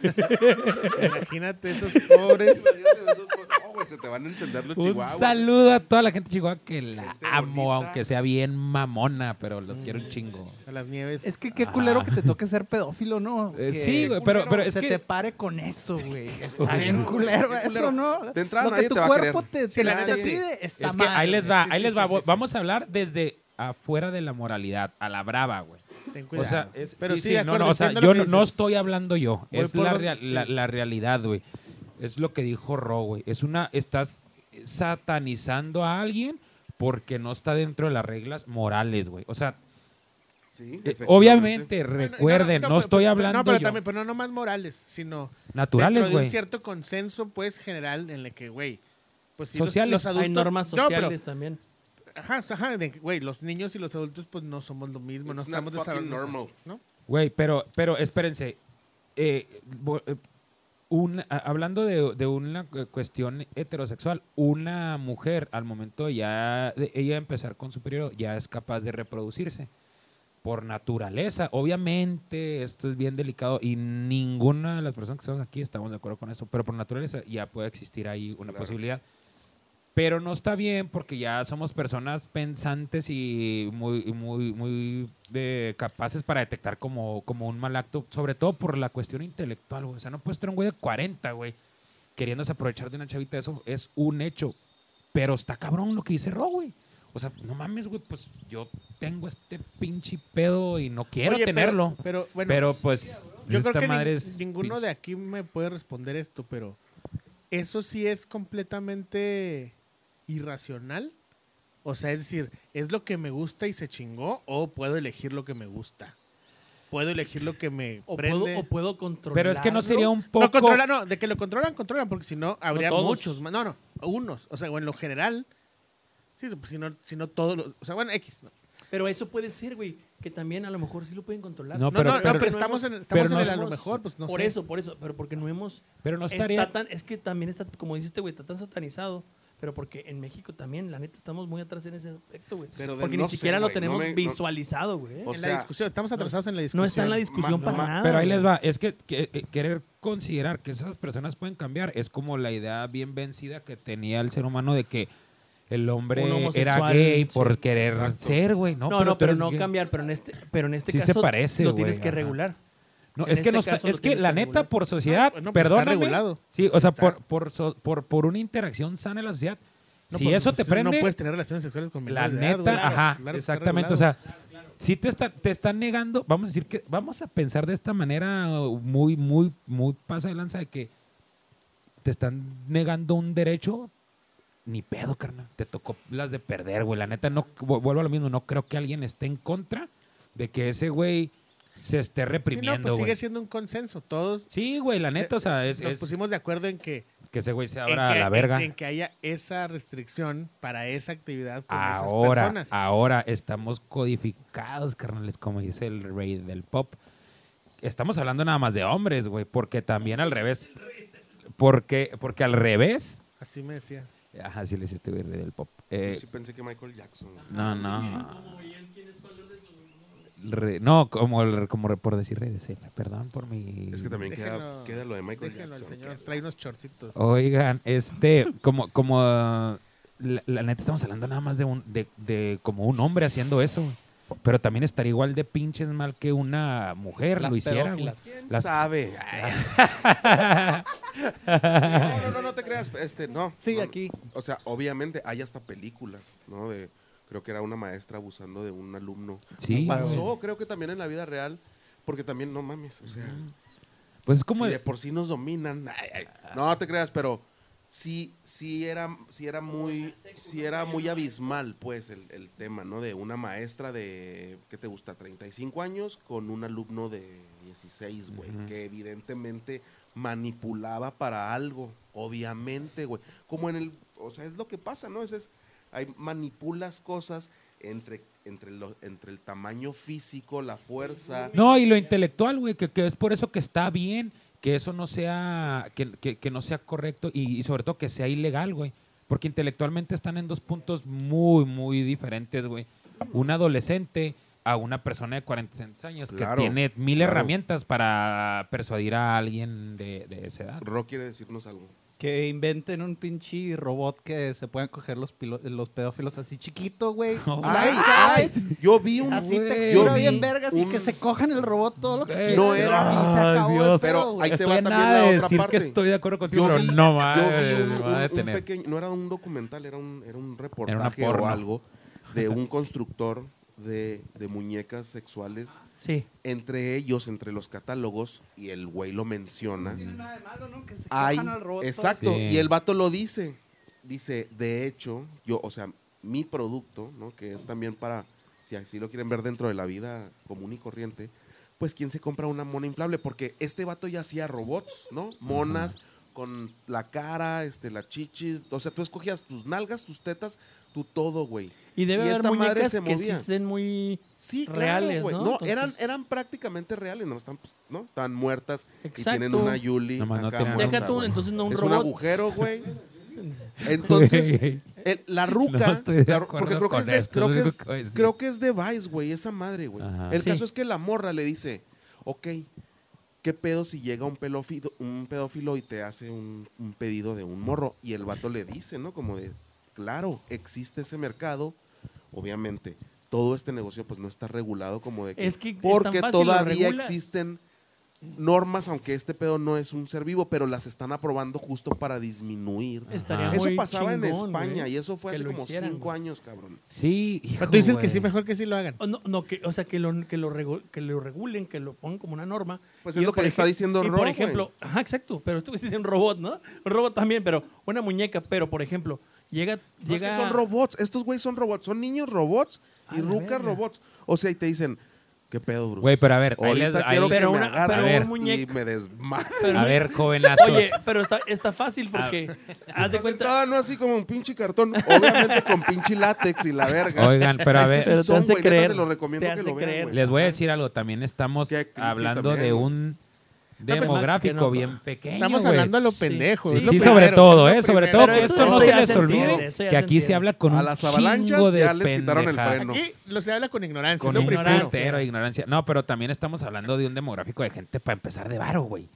Speaker 6: [LAUGHS]
Speaker 5: Imagínate esos pobres.
Speaker 6: Imagínate eso, pues, no, güey, se te van a encender los
Speaker 3: Un
Speaker 6: chihuahuas.
Speaker 3: saludo a toda la gente de Chihuahua que la
Speaker 6: Gente
Speaker 3: amo,
Speaker 6: bonita.
Speaker 3: aunque sea bien mamona, pero los quiero un chingo.
Speaker 5: A las nieves.
Speaker 7: Es que qué culero que te toque ser pedófilo, ¿no?
Speaker 3: Eh,
Speaker 7: Que
Speaker 3: sí, güey, pero, pero es
Speaker 7: se
Speaker 3: que...
Speaker 7: te pare con eso, güey. Está
Speaker 3: Uy,
Speaker 7: bien
Speaker 3: no,
Speaker 7: culero
Speaker 6: qué
Speaker 7: eso,
Speaker 6: culero.
Speaker 7: ¿no?
Speaker 6: De entrada
Speaker 7: Lo
Speaker 6: nadie
Speaker 7: que tu
Speaker 6: te va a
Speaker 7: cuerpo te,
Speaker 6: querer. Sí,
Speaker 5: la
Speaker 7: te
Speaker 5: neta, sí.
Speaker 7: pide está
Speaker 3: Es que ahí
Speaker 7: mal,
Speaker 3: les
Speaker 7: güey.
Speaker 3: va,
Speaker 5: Sí,
Speaker 3: ahí
Speaker 5: sí,
Speaker 3: les
Speaker 5: sí,
Speaker 3: va.
Speaker 5: sí,
Speaker 3: Vo-
Speaker 5: sí.
Speaker 3: Vamos a hablar desde afuera de la moralidad, a la brava, güey.
Speaker 5: Ten
Speaker 3: O
Speaker 5: cuidado.
Speaker 3: sea, es-
Speaker 5: pero sí,
Speaker 3: sí,
Speaker 5: de
Speaker 3: sí, no,
Speaker 5: acuerdo,
Speaker 3: no, o sea,
Speaker 5: entiendo
Speaker 3: yo
Speaker 5: lo
Speaker 3: no,
Speaker 5: que
Speaker 3: no
Speaker 5: dices.
Speaker 3: estoy hablando yo,
Speaker 5: Voy
Speaker 3: es
Speaker 5: por
Speaker 3: la,
Speaker 5: donde-
Speaker 3: real-
Speaker 5: sí.
Speaker 3: la, la realidad, güey. Es lo que dijo Ro, güey. Es una, estás satanizando a alguien porque no está dentro de las reglas morales, güey. O sea,
Speaker 6: Sí,
Speaker 3: eh,
Speaker 6: efectivamente.
Speaker 3: obviamente,
Speaker 5: Bueno,
Speaker 3: recuerden, no,
Speaker 5: pero-
Speaker 3: estoy
Speaker 5: pero-
Speaker 3: hablando
Speaker 5: No, pero
Speaker 3: yo.
Speaker 5: también, pero no nomás morales, sino dentro
Speaker 3: naturales,
Speaker 5: de
Speaker 3: güey.
Speaker 5: un cierto consenso, pues, general, en el que, güey, pues sí,
Speaker 3: Sociales.
Speaker 5: Los, los adultos,
Speaker 4: Hay normas
Speaker 5: No, pero-
Speaker 4: sociales también.
Speaker 5: ajá, ajá, de que, güey, los niños y los adultos, pues, no somos lo mismo, no
Speaker 6: It's
Speaker 5: estamos
Speaker 6: not fucking
Speaker 5: desarrollando-
Speaker 6: normal.
Speaker 5: ¿no?
Speaker 3: Güey, pero, pero espérense. Eh, vo- eh, una- a- hablando de, de una cu- cuestión heterosexual, una mujer al momento ya de ella empezar con su periodo ya es capaz de reproducirse por naturaleza. Obviamente, esto es bien delicado y ninguna de las personas que estamos aquí estamos de acuerdo con eso, pero por naturaleza ya puede existir ahí una posibilidad. Pero no está bien porque ya somos personas pensantes y muy, muy, muy eh, capaces para detectar como, como un mal acto, sobre todo por la cuestión intelectual, güey. O sea, no puedes tener un güey de 40, güey, queriéndose aprovechar de una chavita. Eso es un hecho. Pero está cabrón lo que dice Ro, güey. O sea, no mames, güey, pues yo tengo este pinche pedo y no quiero
Speaker 5: Oye, pero-
Speaker 3: tenerlo. Pero,
Speaker 5: Pero, bueno,
Speaker 3: pues,
Speaker 5: yo
Speaker 3: esta
Speaker 5: creo que ni-
Speaker 3: madre es
Speaker 5: ninguno
Speaker 3: pinche-
Speaker 5: de aquí me puede responder esto, pero eso sí es completamente irracional. O sea, es decir, es lo que me gusta y se chingó, o puedo elegir lo que me gusta. Puedo elegir lo que me
Speaker 4: O puedo,
Speaker 5: prende.
Speaker 4: o puedo controlar.
Speaker 3: Pero es que no sería un
Speaker 5: No,
Speaker 3: poco.
Speaker 5: controla, no, de que lo controlan, controlan, porque si no, habría
Speaker 4: todos.
Speaker 5: muchos. más. No, no, unos. O sea, o en lo general. Sí, pues si no, si no todos los. O sea, bueno, X. No,
Speaker 4: Pero eso puede ser, güey, que también a lo mejor sí lo pueden controlar.
Speaker 3: No,
Speaker 5: no, no, no, pero,
Speaker 3: pero-
Speaker 5: estamos en, estamos
Speaker 3: pero
Speaker 5: en
Speaker 3: no
Speaker 5: el a
Speaker 3: somos-
Speaker 5: lo mejor, pues no
Speaker 4: por
Speaker 5: sé.
Speaker 4: eso, por eso, pero porque no hemos
Speaker 3: pero no
Speaker 4: está
Speaker 3: estaría.
Speaker 4: tan- es que también está, como dices, este güey, está tan satanizado. Pero porque en México también, la neta, estamos muy atrás en ese aspecto, güey.
Speaker 6: Pero de
Speaker 4: Porque
Speaker 6: no
Speaker 4: ni
Speaker 6: sé,
Speaker 4: siquiera lo
Speaker 6: güey, no
Speaker 4: tenemos
Speaker 6: me- no-
Speaker 4: visualizado, güey.
Speaker 6: O
Speaker 5: en
Speaker 6: sea,
Speaker 5: la discusión, estamos atrasados en la discusión.
Speaker 4: No está en la discusión
Speaker 6: ma-
Speaker 4: para
Speaker 6: ma-
Speaker 4: nada.
Speaker 3: Pero ahí
Speaker 4: güey.
Speaker 3: les va, es que, que- eh, querer considerar que esas personas pueden cambiar es como la idea bien vencida que tenía el ser humano de que el
Speaker 4: Un
Speaker 3: hombre
Speaker 4: homosexual,
Speaker 3: era gay por
Speaker 4: sí,
Speaker 3: querer ser, güey. No,
Speaker 4: No, no,
Speaker 3: tú
Speaker 4: pero
Speaker 3: eres
Speaker 4: no
Speaker 3: gay.
Speaker 4: cambiar, pero en este, pero en este
Speaker 3: Sí se
Speaker 4: caso
Speaker 3: parece,
Speaker 4: lo
Speaker 3: güey,
Speaker 4: tienes que
Speaker 3: ajá.
Speaker 4: regular.
Speaker 3: No,
Speaker 4: En
Speaker 3: es que,
Speaker 4: este
Speaker 3: no está-
Speaker 4: caso
Speaker 3: es
Speaker 4: lo
Speaker 3: que
Speaker 4: tienes
Speaker 3: la
Speaker 4: que
Speaker 3: neta,
Speaker 4: regular.
Speaker 3: por sociedad,
Speaker 5: bueno, pues está
Speaker 3: perdóname.
Speaker 5: regulado.
Speaker 3: Sí, o sea,
Speaker 5: Está-
Speaker 3: por, por, so- por, por una interacción sana en la sociedad,
Speaker 5: No,
Speaker 3: si
Speaker 5: pues,
Speaker 3: eso
Speaker 5: pues,
Speaker 3: te prende,
Speaker 5: No puedes tener relaciones sexuales con
Speaker 3: la
Speaker 5: menores de edad,
Speaker 3: neta,
Speaker 5: güey.
Speaker 3: ajá,
Speaker 5: Claro que está
Speaker 3: exactamente. O
Speaker 5: regulado.
Speaker 3: sea, si te, está, te están negando, vamos a decir que, vamos a pensar de esta manera muy, muy, muy pasa de lanza de que te están negando un derecho, ni pedo, carnal. Te tocó las de perder, güey. La neta, no, vu- vuelvo a lo mismo, no creo que alguien esté en contra de que ese güey se esté
Speaker 5: Sí, no,
Speaker 3: reprimiendo,
Speaker 5: pues
Speaker 3: güey.
Speaker 5: sigue siendo Eh, un consenso. Todos
Speaker 3: Sí, güey, la neta, o sea, es,
Speaker 5: nos
Speaker 3: es
Speaker 5: pusimos de acuerdo en que,
Speaker 3: que ese güey se
Speaker 5: en
Speaker 3: abra a
Speaker 5: que-
Speaker 3: la
Speaker 5: en-
Speaker 3: verga.
Speaker 5: en que haya esa restricción para esa actividad con esas
Speaker 3: Ahora,
Speaker 5: personas.
Speaker 3: ahora estamos codificados, carnales, como dice el rey del pop. Estamos hablando nada más de hombres, güey, porque también al revés. Porque, porque al revés.
Speaker 5: Así me decía.
Speaker 3: Ajá, sí le hiciste güey, rey del pop.
Speaker 6: Yo
Speaker 3: Eh,
Speaker 6: sí pensé que Michael Jackson. güey.
Speaker 3: no, no. Re- no, como, el- como re- por decir rey de cena. Perdón por mi.
Speaker 6: Es que también queda,
Speaker 5: Déjenlo-
Speaker 6: queda lo de Michael
Speaker 5: Déjenlo al
Speaker 6: Jackson.
Speaker 5: señor.
Speaker 6: que-
Speaker 5: Trae unos chorcitos.
Speaker 3: Oh, Oigan, este, como, como ah, la, la neta estamos hablando nada más de un, de, de como un hombre haciendo eso, güey. pero también estaría igual de pinches mal que una mujer
Speaker 7: Las
Speaker 3: lo hiciera. güey.
Speaker 7: pedófilas.
Speaker 6: ¿Quién
Speaker 3: Las-
Speaker 6: sabe? no, no, no, no te creas. Este, no.
Speaker 7: Sí,
Speaker 6: no,
Speaker 7: aquí.
Speaker 6: O sea, obviamente hay hasta películas, ¿no? De, creo que era una maestra abusando de un alumno.
Speaker 3: Sí, güey.
Speaker 6: Pasó, creo que también en la vida real, porque también no mames. O sea,
Speaker 3: pues es como
Speaker 6: si
Speaker 3: de- Ah.
Speaker 6: de por sí nos dominan. ay, ay, No te creas, pero sí, sí era, sí era muy, sí era muy abismal, pues, el, el tema, ¿no? De una maestra de, ¿qué te gusta? 35 años con un alumno de 16, güey,
Speaker 3: Ujú.
Speaker 6: que evidentemente manipulaba para algo, obviamente, güey. Como en el, o sea, es lo que pasa, ¿no? Es, es hay, manipulas cosas entre, entre, lo- entre el tamaño físico, la fuerza.
Speaker 3: no y lo intelectual, güey, que, que es por eso que está bien que eso no sea que, que- que no sea correcto y, y sobre todo que sea ilegal, güey, porque intelectualmente están en dos puntos muy muy diferentes, güey. un adolescente a una persona de 46 años
Speaker 6: Claro,
Speaker 3: que tiene mil
Speaker 6: claro.
Speaker 3: herramientas para persuadir a alguien de, de esa edad.
Speaker 6: Ro quiere decirnos algo.
Speaker 7: Que inventen un pinche robot que se puedan coger los, pilo- los pedófilos así chiquito, güey.
Speaker 6: Ay,
Speaker 7: ¿sabes?
Speaker 6: ay, yo vi un
Speaker 7: Así
Speaker 3: güey.
Speaker 7: textura
Speaker 6: Yo vi
Speaker 7: bien vergas y
Speaker 6: un-
Speaker 7: que se cojan el robot todo lo que
Speaker 3: Güey.
Speaker 7: quieran.
Speaker 6: No
Speaker 7: güey,
Speaker 6: era-
Speaker 7: y se
Speaker 3: Ay,
Speaker 7: acabó el
Speaker 3: Dios.
Speaker 7: pedo, güey.
Speaker 6: Ahí te
Speaker 3: Estoy
Speaker 6: va
Speaker 3: a
Speaker 6: también
Speaker 3: nada
Speaker 6: la
Speaker 3: de
Speaker 6: otra
Speaker 3: decir
Speaker 6: parte.
Speaker 3: que estoy de acuerdo contigo,
Speaker 6: Yo
Speaker 3: pero
Speaker 6: vi-
Speaker 3: no
Speaker 6: yo
Speaker 3: va
Speaker 6: vi un-
Speaker 3: me va a
Speaker 6: un- un
Speaker 3: detener. [LAUGHS]
Speaker 6: pequeño- no era un documental, era un, era un reportaje
Speaker 3: porno.
Speaker 6: o algo de un constructor de, de muñecas sexuales.
Speaker 4: Sí.
Speaker 6: Entre ellos, entre los catálogos, y el güey lo menciona.
Speaker 7: tiene nada de malo, ¿no? Que se
Speaker 6: Hay,
Speaker 7: cojan al robot. todo.
Speaker 6: exacto,
Speaker 3: Sí.
Speaker 6: y el vato lo dice. Dice, de hecho, yo, o sea, mi producto, ¿no? Que es también para, si así lo quieren ver dentro de la vida común y corriente, pues quién se compra una mona inflable, porque este vato ya hacía robots, ¿no? Monas, con la cara, este, la chichis. O sea, tú escogías tus nalgas, tus tetas, tu todo, güey.
Speaker 4: Y debe
Speaker 6: Y
Speaker 4: haber
Speaker 6: esta madre
Speaker 4: muñecas
Speaker 6: se
Speaker 4: que sí
Speaker 6: movía.
Speaker 4: estén muy
Speaker 6: Sí,
Speaker 4: Reales,
Speaker 6: claro, güey.
Speaker 4: ¿no?
Speaker 6: No,
Speaker 4: Entonces-
Speaker 6: eran, eran prácticamente reales, no están, pues, ¿no? Están muertas y tienen
Speaker 4: Exacto.
Speaker 6: una Yuli.
Speaker 3: Nomás no
Speaker 6: acá
Speaker 3: tienen-
Speaker 6: muerta,
Speaker 4: Deja tú,
Speaker 6: güey.
Speaker 4: entonces no un
Speaker 6: es un
Speaker 4: robot.
Speaker 6: agujero,
Speaker 4: [LAUGHS]
Speaker 6: güey.
Speaker 3: [LAUGHS]
Speaker 6: Entonces, el- Eh, la ruca.
Speaker 3: No estoy de
Speaker 6: la ru- porque
Speaker 3: acuerdo
Speaker 6: creo que,
Speaker 3: con
Speaker 6: es de,
Speaker 3: esto,
Speaker 6: creo,
Speaker 3: lo
Speaker 6: que
Speaker 3: único
Speaker 6: es,
Speaker 3: que voy a decir.
Speaker 6: creo que es de Vice, güey, esa madre, güey.
Speaker 3: Ajá.
Speaker 6: El
Speaker 4: Sí.
Speaker 6: caso es que la morra le dice, ok, ¿qué pedo si llega un pedófilo, un pedófilo y te hace un, un pedido de un morro? Y el vato le dice, ¿no? Como de, claro, existe ese mercado, obviamente. Todo este negocio pues no está regulado como de que...
Speaker 4: Es que es tan
Speaker 6: porque
Speaker 4: fácil, lo
Speaker 6: todavía
Speaker 4: regulas.
Speaker 6: existen normas, aunque este pedo no es un ser vivo, pero las están aprobando justo para disminuir.
Speaker 4: Estaría
Speaker 3: Ajá.
Speaker 6: Eso
Speaker 4: muy
Speaker 6: pasaba en
Speaker 4: chingón,
Speaker 6: España
Speaker 4: güey,
Speaker 6: y eso fue
Speaker 4: que
Speaker 6: hace
Speaker 4: lo
Speaker 6: como
Speaker 4: hicieran,
Speaker 6: cinco
Speaker 4: güey.
Speaker 6: años, cabrón.
Speaker 3: Sí, hijo,
Speaker 5: Pero tú dices que sí,
Speaker 3: güey.
Speaker 5: mejor que sí lo hagan.
Speaker 4: O No, no, que, o sea, que lo, que, lo regu- que lo regulen, que lo pongan como una norma.
Speaker 6: Pues
Speaker 4: Y
Speaker 6: es lo que
Speaker 4: por
Speaker 6: está
Speaker 4: ejem-
Speaker 6: diciendo
Speaker 4: y
Speaker 6: Ro,
Speaker 4: Por
Speaker 6: güey.
Speaker 4: ejemplo, ajá, exacto, pero tú dices un robot, ¿no? Un robot también, pero una muñeca, pero por ejemplo, llega.
Speaker 6: No, es
Speaker 4: llega
Speaker 6: que son robots. Estos güeyes son robots. Son niños robots
Speaker 4: A
Speaker 6: y
Speaker 4: la
Speaker 6: rucas
Speaker 4: verga.
Speaker 6: robots. O sea, y te dicen, ¿qué pedo, Bruce?
Speaker 3: Güey, pero a ver, ahí
Speaker 6: Ahorita
Speaker 3: les- ahí
Speaker 6: quiero
Speaker 3: les-
Speaker 6: que
Speaker 4: Pero
Speaker 6: me
Speaker 4: una-
Speaker 6: agarres
Speaker 3: pero un
Speaker 6: y
Speaker 4: muñeco-
Speaker 6: me desma. [LAUGHS]
Speaker 3: A ver, jovenazos.
Speaker 4: Oye, pero está, está
Speaker 3: Ah,
Speaker 4: fácil porque. Haz de
Speaker 6: Está
Speaker 4: cuenta.
Speaker 6: sentada, Pues no así como un pinche cartón. Obviamente con pinche látex y la verga.
Speaker 3: Oigan, pero a
Speaker 6: Es que
Speaker 3: ver,
Speaker 6: sí
Speaker 4: Pero te
Speaker 6: son,
Speaker 4: hace
Speaker 6: güey, neta,
Speaker 4: creer,
Speaker 6: Te lo recomiendo
Speaker 4: te
Speaker 6: que
Speaker 4: hace
Speaker 6: lo vean,
Speaker 4: creer.
Speaker 6: güey.
Speaker 3: les voy a decir algo. También estamos
Speaker 6: Qué creepy
Speaker 3: hablando de
Speaker 6: también, güey.
Speaker 3: un
Speaker 5: pues,
Speaker 3: demográfico
Speaker 4: que no,
Speaker 3: bien pequeño.
Speaker 5: Estamos
Speaker 3: güey.
Speaker 5: hablando a lo
Speaker 4: Sí.
Speaker 5: pendejo.
Speaker 4: Sí,
Speaker 5: es lo
Speaker 3: Sí,
Speaker 5: primero,
Speaker 3: sobre todo,
Speaker 5: es lo
Speaker 3: ¿eh? Sobre
Speaker 5: primero.
Speaker 3: todo
Speaker 4: Pero
Speaker 3: que
Speaker 4: eso
Speaker 3: esto no
Speaker 4: ya
Speaker 3: se
Speaker 4: se
Speaker 3: les
Speaker 4: entiende,
Speaker 3: olvide,
Speaker 4: eso ya
Speaker 3: que
Speaker 4: se
Speaker 3: aquí se
Speaker 4: entiende.
Speaker 3: habla con
Speaker 6: A
Speaker 3: un
Speaker 6: las avalanchas
Speaker 3: chingo de
Speaker 6: ya les quitaron el
Speaker 3: pendejadas.
Speaker 6: freno.
Speaker 5: Aquí lo se habla con ignorancia.
Speaker 3: Con
Speaker 5: es lo primero.
Speaker 3: ignorancia. Entero, ignorancia. No, pero también estamos hablando de un demográfico de gente para empezar de varo, güey.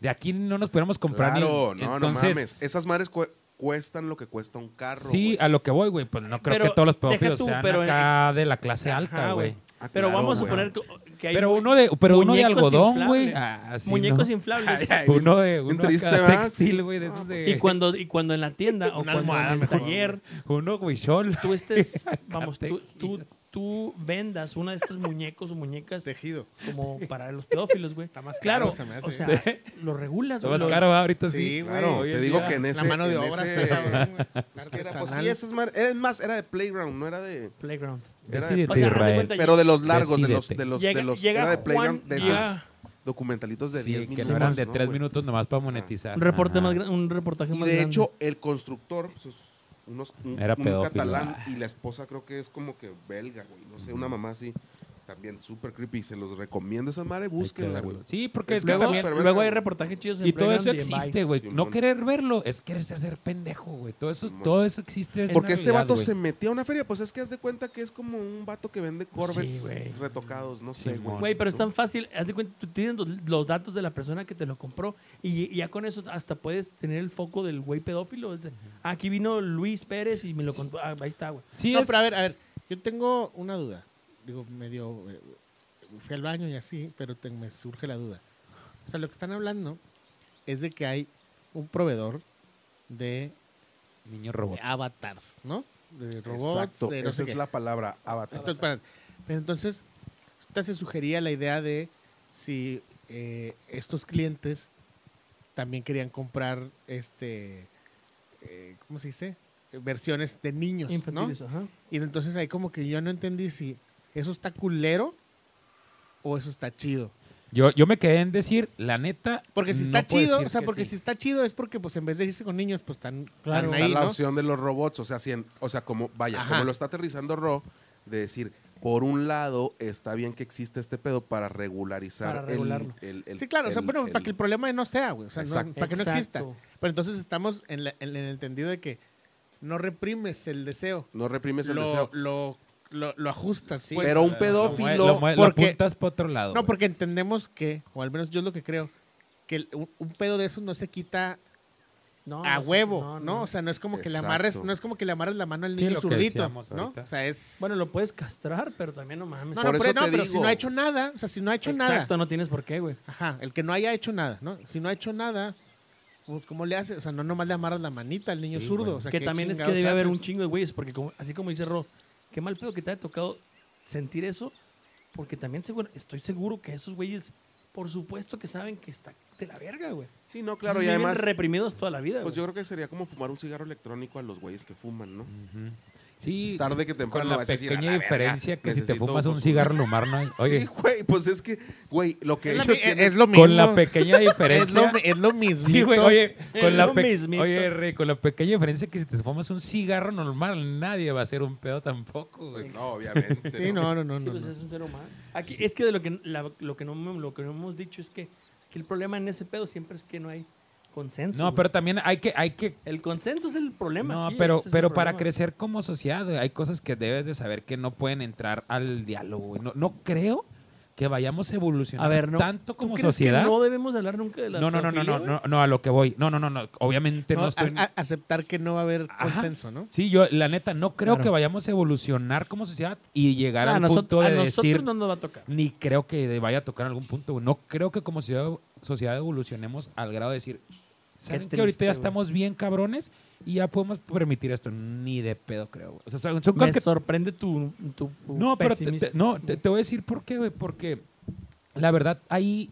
Speaker 3: De aquí no nos podemos comprar ni-
Speaker 6: Claro, no,
Speaker 3: entonces,
Speaker 6: no mames. Esas madres cu- cuestan lo que cuesta un carro.
Speaker 3: Sí,
Speaker 6: güey.
Speaker 3: a lo que voy, güey. Pues no creo
Speaker 4: Pero
Speaker 3: que todos los
Speaker 4: deja
Speaker 3: pedófilos
Speaker 4: tú,
Speaker 3: sean
Speaker 4: pero en-
Speaker 3: acá de la clase
Speaker 4: Ajá,
Speaker 3: alta, güey.
Speaker 6: Ah,
Speaker 4: Pero
Speaker 6: claro,
Speaker 4: vamos a
Speaker 6: güey.
Speaker 4: suponer que, que hay.
Speaker 3: Pero
Speaker 4: mu-
Speaker 3: uno de, pero uno de
Speaker 4: muñecos
Speaker 3: algodón, güey.
Speaker 4: inflables.
Speaker 3: Ah, sí,
Speaker 4: muñecos
Speaker 3: ¿no? [LAUGHS]
Speaker 4: inflables.
Speaker 6: Ay, ay.
Speaker 3: Uno de uno
Speaker 6: Bien triste,
Speaker 3: acá
Speaker 6: ¿verdad?
Speaker 3: textil, güey, de esos de
Speaker 4: Y cuando, y cuando en la tienda o
Speaker 5: Una
Speaker 4: cuando
Speaker 5: almohada
Speaker 4: en el
Speaker 5: mejor,
Speaker 4: taller
Speaker 3: uno güey, shol.
Speaker 4: tú
Speaker 3: [LAUGHS]
Speaker 4: estés, vamos, tú, tú,
Speaker 3: tejido.
Speaker 4: tú vendas una de estos muñecos o muñecas
Speaker 5: Tejido.
Speaker 4: como para los pedófilos, güey.
Speaker 5: Está más
Speaker 4: Claro,
Speaker 5: caro, se me hace.
Speaker 4: o sea, lo regulas.
Speaker 3: Está
Speaker 4: güey,
Speaker 3: más
Speaker 4: lo-
Speaker 3: caro ¿verdad? ahorita
Speaker 5: Sí,
Speaker 3: sí.
Speaker 5: güey.
Speaker 6: Claro,
Speaker 3: Hoy
Speaker 6: te
Speaker 3: en
Speaker 6: digo
Speaker 3: día,
Speaker 6: que en ese.
Speaker 5: La mano de
Speaker 6: en
Speaker 5: obra
Speaker 6: ese-
Speaker 5: está cabrón, [LAUGHS] güey.
Speaker 6: que era, pues
Speaker 5: Artesanal.
Speaker 6: sí, esas madres. Es más, era de Playground, no era de.
Speaker 4: Playground.
Speaker 6: Era de
Speaker 3: Decídete,
Speaker 4: O sea, haz de
Speaker 3: Israel.
Speaker 4: cuenta,
Speaker 6: Pero de los largos, de los,
Speaker 3: Decídete.
Speaker 6: de los,
Speaker 4: Llega-
Speaker 6: de los
Speaker 4: llega
Speaker 6: era de Playground,
Speaker 4: Juan,
Speaker 6: de
Speaker 4: llega-
Speaker 6: esos documentalitos de
Speaker 3: Sí,
Speaker 6: 10
Speaker 3: que
Speaker 6: minutos.
Speaker 3: no eran de
Speaker 6: ¿no,
Speaker 3: tres
Speaker 6: güey?
Speaker 3: minutos nomás para monetizar.
Speaker 4: Un, reporte
Speaker 3: Ajá.
Speaker 4: más, gran- un reportaje
Speaker 6: Y
Speaker 4: más
Speaker 6: de
Speaker 4: grande.
Speaker 6: hecho, el constructor, pues, es unos, un,
Speaker 3: Era
Speaker 6: un
Speaker 3: pedófilo.
Speaker 6: catalán, y la esposa creo que es como que belga, güey. No sé, una mamá así. También súper creepy. Se los recomiendo esa madre,
Speaker 3: Hay que
Speaker 6: búsquenla,
Speaker 3: verlo.
Speaker 6: güey.
Speaker 3: Sí, porque es que
Speaker 6: Luego-
Speaker 3: también...
Speaker 6: pero-
Speaker 4: Luego hay reportajes chidos en
Speaker 3: Y todo
Speaker 4: Playground
Speaker 3: eso
Speaker 4: en Vice.
Speaker 3: existe, güey.
Speaker 6: Simón.
Speaker 3: No querer verlo es quererse hacer pendejo, güey. Todo eso,
Speaker 6: Simón.
Speaker 3: todo eso existe. es
Speaker 6: Porque
Speaker 3: una
Speaker 6: este vato
Speaker 3: realidad,
Speaker 6: se
Speaker 3: güey.
Speaker 6: metía a una feria, pues es que haz de cuenta que es como un vato que vende Corvettes
Speaker 4: güey.
Speaker 6: retocados, no sé,
Speaker 3: Simón.
Speaker 6: güey.
Speaker 4: Güey, pero es
Speaker 6: ¿No?
Speaker 4: tan fácil. Haz de cuenta, tú tienes los, los datos de la persona que te lo compró y, y ya con eso hasta puedes tener el foco del güey pedófilo. Es de, "Ah, aquí vino Luis Pérez y me lo contó. Ah, ahí está, güey.
Speaker 3: Sí,
Speaker 5: No,
Speaker 3: es-
Speaker 5: pero a ver, a ver. Yo tengo una duda. Digo, medio. eh, Fui al baño y así, pero te- me surge la duda. O sea, lo que están hablando es de que hay un proveedor de
Speaker 3: Niño robot.
Speaker 5: de avatars, ¿no? De robots,
Speaker 6: Exacto,
Speaker 5: de no
Speaker 6: esa
Speaker 5: sé
Speaker 6: es
Speaker 5: qué.
Speaker 6: la palabra, avatar.
Speaker 5: Entonces, espérate. Pero entonces, usted se sugería la idea de si eh, estos clientes también querían comprar, este, eh, ¿cómo se dice? Eh, Versiones de niños,
Speaker 4: Infantiles,
Speaker 5: ¿no?
Speaker 4: ajá.
Speaker 5: Y entonces ahí como que yo no entendí si eso está culero o eso está chido.
Speaker 3: Yo, yo me quedé en decir, la neta.
Speaker 5: Porque si
Speaker 3: no
Speaker 5: está
Speaker 3: puedo
Speaker 5: chido,
Speaker 3: decir
Speaker 5: o sea,
Speaker 3: que
Speaker 5: porque
Speaker 3: sí.
Speaker 5: si está chido es porque pues en vez de irse con niños, pues están,
Speaker 4: Claro.
Speaker 5: están
Speaker 6: está
Speaker 5: ahí,
Speaker 6: la
Speaker 5: ¿no?
Speaker 6: opción de los robots. O sea, si en- o sea como, vaya,
Speaker 5: Ajá.
Speaker 6: como lo está aterrizando Ro, de decir, por un lado, está bien que existe este pedo para regularizar
Speaker 4: Para
Speaker 6: el-
Speaker 4: regularlo.
Speaker 6: El, el-
Speaker 5: Sí, claro, o sea,
Speaker 6: el-
Speaker 5: bueno,
Speaker 6: el-
Speaker 5: para que el problema no sea, güey, o sea, no-
Speaker 6: Exacto.
Speaker 5: para que no exista.
Speaker 4: Exacto.
Speaker 5: Pero entonces estamos en, la- en el entendido de que no reprimes el deseo,
Speaker 6: no reprimes el
Speaker 5: lo,
Speaker 6: deseo.
Speaker 5: Lo, lo, lo ajustas.
Speaker 3: Sí,
Speaker 5: pues.
Speaker 6: pero un
Speaker 3: Lo, mue-
Speaker 6: pedófilo.
Speaker 3: lo mue- lo
Speaker 5: porque-
Speaker 3: apuntas para otro lado.
Speaker 5: No,
Speaker 3: güey.
Speaker 5: porque entendemos que, o al menos yo es lo que creo, que el- un, un pedo de eso no se quita
Speaker 4: No,
Speaker 5: a
Speaker 4: no sé,
Speaker 5: huevo,
Speaker 4: no,
Speaker 5: ¿no?
Speaker 4: no.
Speaker 5: O sea, no es como que le
Speaker 6: Exacto.
Speaker 5: amarres, no es como que le amarres la mano al
Speaker 3: Sí,
Speaker 5: niño
Speaker 3: lo que
Speaker 5: zurdito,
Speaker 3: decíamos
Speaker 5: ¿no?
Speaker 3: ahorita.
Speaker 5: O sea, es
Speaker 4: bueno, lo puedes castrar, pero también no mames.
Speaker 5: No,
Speaker 6: Por
Speaker 5: no, pero,
Speaker 6: eso
Speaker 5: no,
Speaker 6: te
Speaker 5: pero si
Speaker 6: digo.
Speaker 5: no ha hecho nada, o sea, si no ha hecho nada.
Speaker 4: Exacto, no tienes por qué, güey.
Speaker 5: Ajá, el que no haya hecho nada, ¿no? Si no ha hecho nada, pues ¿cómo le hace? O sea, no nomás le amarras la manita al niño
Speaker 3: Sí,
Speaker 5: zurdo.
Speaker 3: güey.
Speaker 5: O sea,
Speaker 4: que
Speaker 5: ¿qué
Speaker 4: también es que
Speaker 5: chingados
Speaker 4: debe haber un
Speaker 5: haces?
Speaker 4: chingo de güeyes, porque como- así como dice Ro, qué mal pedo que te haya tocado sentir eso, porque también seguro, estoy seguro que esos güeyes, por supuesto que saben que está de la verga, güey.
Speaker 6: Sí, no, claro, y
Speaker 4: Viven
Speaker 6: además.
Speaker 4: reprimidos toda la vida,
Speaker 6: Pues
Speaker 4: güey.
Speaker 6: yo creo que sería como fumar un cigarro electrónico a los güeyes que fuman, ¿no?
Speaker 3: Ujú. Sí,
Speaker 6: Tarde que temprano
Speaker 3: con la
Speaker 6: vas a decir, "A
Speaker 3: pequeña
Speaker 6: la verga,
Speaker 3: diferencia que si te
Speaker 6: necesito,
Speaker 3: fumas un
Speaker 6: pues,
Speaker 3: cigarro lo humano. Oye,
Speaker 6: Sí, [LAUGHS] güey, pues es que, güey, lo que
Speaker 5: Es, la
Speaker 6: ellos
Speaker 5: mi-
Speaker 6: tienen...
Speaker 5: es lo mismo.
Speaker 3: con la pequeña
Speaker 5: es lo,
Speaker 3: diferencia.
Speaker 5: es lo mismo.
Speaker 3: Sí, güey, oye, con la,
Speaker 4: Lo
Speaker 3: pe-
Speaker 4: mismito.
Speaker 3: oye, Rey, con la pequeña diferencia que si te fumas un cigarro normal, nadie va a hacer un pedo tampoco, güey.
Speaker 6: No, obviamente.
Speaker 5: Sí, no, no, no.
Speaker 4: Sí,
Speaker 5: no,
Speaker 4: pues
Speaker 5: no.
Speaker 4: es un ser humano. Aquí, Es que de lo que, la- lo, que no, me- lo que no hemos dicho es que, que el problema en ese pedo siempre es que no hay consenso.
Speaker 3: No,
Speaker 4: güey.
Speaker 3: pero también hay que, hay que
Speaker 4: El consenso es el problema.
Speaker 3: No,
Speaker 4: aquí,
Speaker 3: pero,
Speaker 4: ese es el
Speaker 3: pero para
Speaker 4: problema.
Speaker 3: crecer como sociedad, güey, hay cosas que debes de saber que no pueden entrar al diálogo. güey. No, no creo que vayamos
Speaker 4: A
Speaker 3: evolucionando
Speaker 4: ver, no.
Speaker 3: tanto
Speaker 4: ¿tú
Speaker 3: como
Speaker 4: crees que
Speaker 3: sociedad.
Speaker 4: no debemos hablar nunca de la
Speaker 3: No, no, no, no, no,
Speaker 4: pedofilia, güey?
Speaker 3: no, no, a lo que voy. No, no, no, no. Obviamente no,
Speaker 5: No,
Speaker 3: estoy.
Speaker 5: a- a- aceptar que no va a haber
Speaker 3: Ajá.
Speaker 5: consenso, ¿no?
Speaker 3: Sí, yo la neta no creo
Speaker 4: Claro.
Speaker 3: que vayamos a evolucionar como sociedad y llegar
Speaker 4: Ah,
Speaker 3: al
Speaker 4: nosot-
Speaker 3: punto
Speaker 4: a
Speaker 3: de
Speaker 4: nosotros
Speaker 3: decir
Speaker 4: no nos va a tocar.
Speaker 3: ni creo que de- vaya a tocar algún punto. güey. No creo que como sociedad, sociedad evolucionemos al grado de decir, ¿saben que ahorita
Speaker 4: triste,
Speaker 3: ya
Speaker 4: güey.
Speaker 3: estamos bien cabrones y ya podemos permitir esto? Ni de pedo creo. güey. O sea, son son
Speaker 4: Me
Speaker 3: cosas que...
Speaker 4: sorprende tu, tu
Speaker 3: No, pero te,
Speaker 4: pesimismo.
Speaker 3: te- no, te, te voy a decir por qué, güey. Porque la verdad ahí...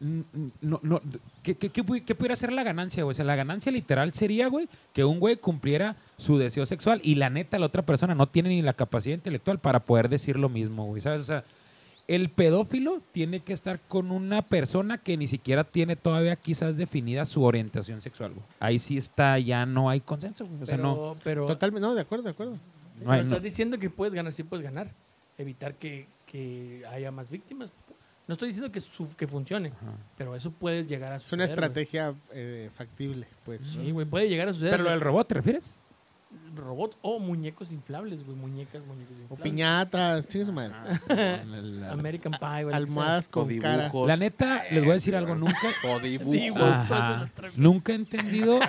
Speaker 3: mm, mm, No, no, ¿qué, qué, qué pu- qué pudiera ser la ganancia, güey? O sea, la ganancia literal sería, güey, que un güey cumpliera su deseo sexual y la neta la otra persona no tiene ni la capacidad intelectual para poder decir lo mismo, güey, ¿sabes? O sea, el pedófilo tiene que estar con una persona que ni siquiera tiene todavía quizás definida su orientación sexual. güey. Ahí sí está, ya no hay consenso. güey. O sea, no,
Speaker 4: Pero- pero-
Speaker 5: Totalmente, no, de acuerdo, de acuerdo.
Speaker 3: no hay-
Speaker 4: Pero
Speaker 3: no.
Speaker 4: estás diciendo que puedes ganar, sí puedes ganar. Evitar que, que haya más víctimas. No estoy diciendo que, su- que funcione, pero eso puede llegar a
Speaker 5: Es una
Speaker 4: suceder. güey.
Speaker 5: estrategia eh, factible, pues.
Speaker 4: Sí, güey, puede llegar a suceder.
Speaker 3: Pero lo del robot, ¿te refieres?
Speaker 4: robot o muñecos inflables, güey. Muñecas, muñecos
Speaker 5: O
Speaker 4: inflables.
Speaker 5: piñatas, chingue su madre.
Speaker 4: Ah, American Pie, güey. lo que
Speaker 5: Almohadas
Speaker 6: Con
Speaker 5: con cara.
Speaker 6: dibujos.
Speaker 3: La neta, les voy a decir algo, nunca,
Speaker 4: [LAUGHS]
Speaker 6: O
Speaker 4: sea. Digo,
Speaker 6: dibujos.
Speaker 3: Ah. Ajá.
Speaker 4: eso es otra-
Speaker 3: nunca he entendido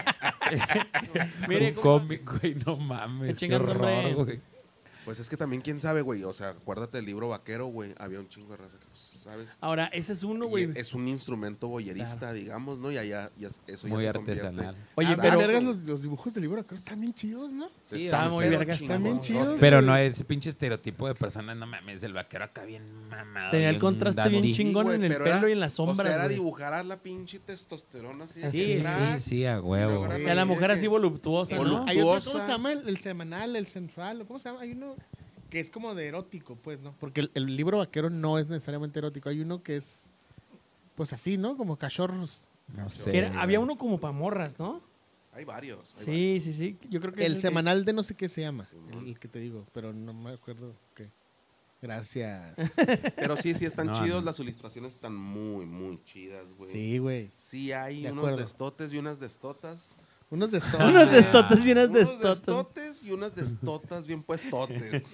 Speaker 4: [LAUGHS] Mire,
Speaker 3: un
Speaker 4: compa,
Speaker 3: cómic, güey, no mames, qué
Speaker 4: chingas,
Speaker 3: horror,
Speaker 4: hombre.
Speaker 3: güey.
Speaker 6: Pues es que también, quién sabe, güey. O sea, acuérdate del libro vaquero, güey. Había un chingo de raza que, pues, ¿sabes?
Speaker 4: Ahora, ese es uno,
Speaker 6: Y
Speaker 4: güey.
Speaker 6: es un instrumento boyerista, digamos, ¿no? Y allá, ya, eso ya
Speaker 3: Muy
Speaker 6: se convierte-
Speaker 3: artesanal.
Speaker 4: Oye,
Speaker 6: Ah,
Speaker 4: pero-
Speaker 5: vergas los, los dibujos del libro acá están bien chidos, ¿no?
Speaker 3: Sí,
Speaker 6: Están
Speaker 3: está muy
Speaker 6: cero
Speaker 4: verga,
Speaker 6: chingón,
Speaker 4: están bien
Speaker 6: ¿no?
Speaker 5: chidos.
Speaker 3: Pero no es pinche estereotipo de persona, no mames, el vaquero acá bien mamado.
Speaker 4: Tenía el
Speaker 3: bien
Speaker 4: contraste bien
Speaker 3: dandy.
Speaker 6: Sí,
Speaker 4: chingón
Speaker 6: güey,
Speaker 4: en el
Speaker 6: pero
Speaker 4: pelo
Speaker 6: era-
Speaker 4: y en las
Speaker 6: O
Speaker 4: sombras.
Speaker 6: sea, era
Speaker 4: güey.
Speaker 6: dibujar la pinche testosterona así. ah,
Speaker 4: Así
Speaker 3: Sí,
Speaker 4: es.
Speaker 3: sí, sí, a huevo.
Speaker 6: Sí.
Speaker 4: Y a la mujer así voluptuosa, ¿no?
Speaker 6: Voluptuosa.
Speaker 5: Hay otro, ¿cómo
Speaker 6: Tuosa.
Speaker 5: se llama? El, el semanal, el sensual, ¿o ¿cómo se llama? Hay uno que es como de erótico, pues, ¿no? Porque el, el libro vaquero no es necesariamente erótico. Hay uno que es, pues así, ¿no? Como cachorros.
Speaker 3: No sé.
Speaker 4: Que era-
Speaker 3: güey.
Speaker 4: había uno como para morras, ¿no?
Speaker 6: Hay varios. hay
Speaker 4: Sí, sí, sí. Yo creo que
Speaker 5: El
Speaker 4: ese-
Speaker 5: semanal de no sé qué se llama,
Speaker 6: Simón.
Speaker 5: el, el que te digo, pero no me acuerdo qué. Gracias.
Speaker 6: varios. Pero sí, sí están
Speaker 3: No,
Speaker 6: chidos.
Speaker 3: no.
Speaker 6: Las ilustraciones están muy, muy chidas, güey.
Speaker 5: Sí, güey.
Speaker 6: Sí, hay
Speaker 5: De
Speaker 6: unos
Speaker 5: acuerdo.
Speaker 6: destotes y unas destotas.
Speaker 5: Unos de Ah. estos.
Speaker 4: Unos destotas y unas
Speaker 6: unos
Speaker 4: destotas.
Speaker 6: destotes y unas destotas bien puestotes.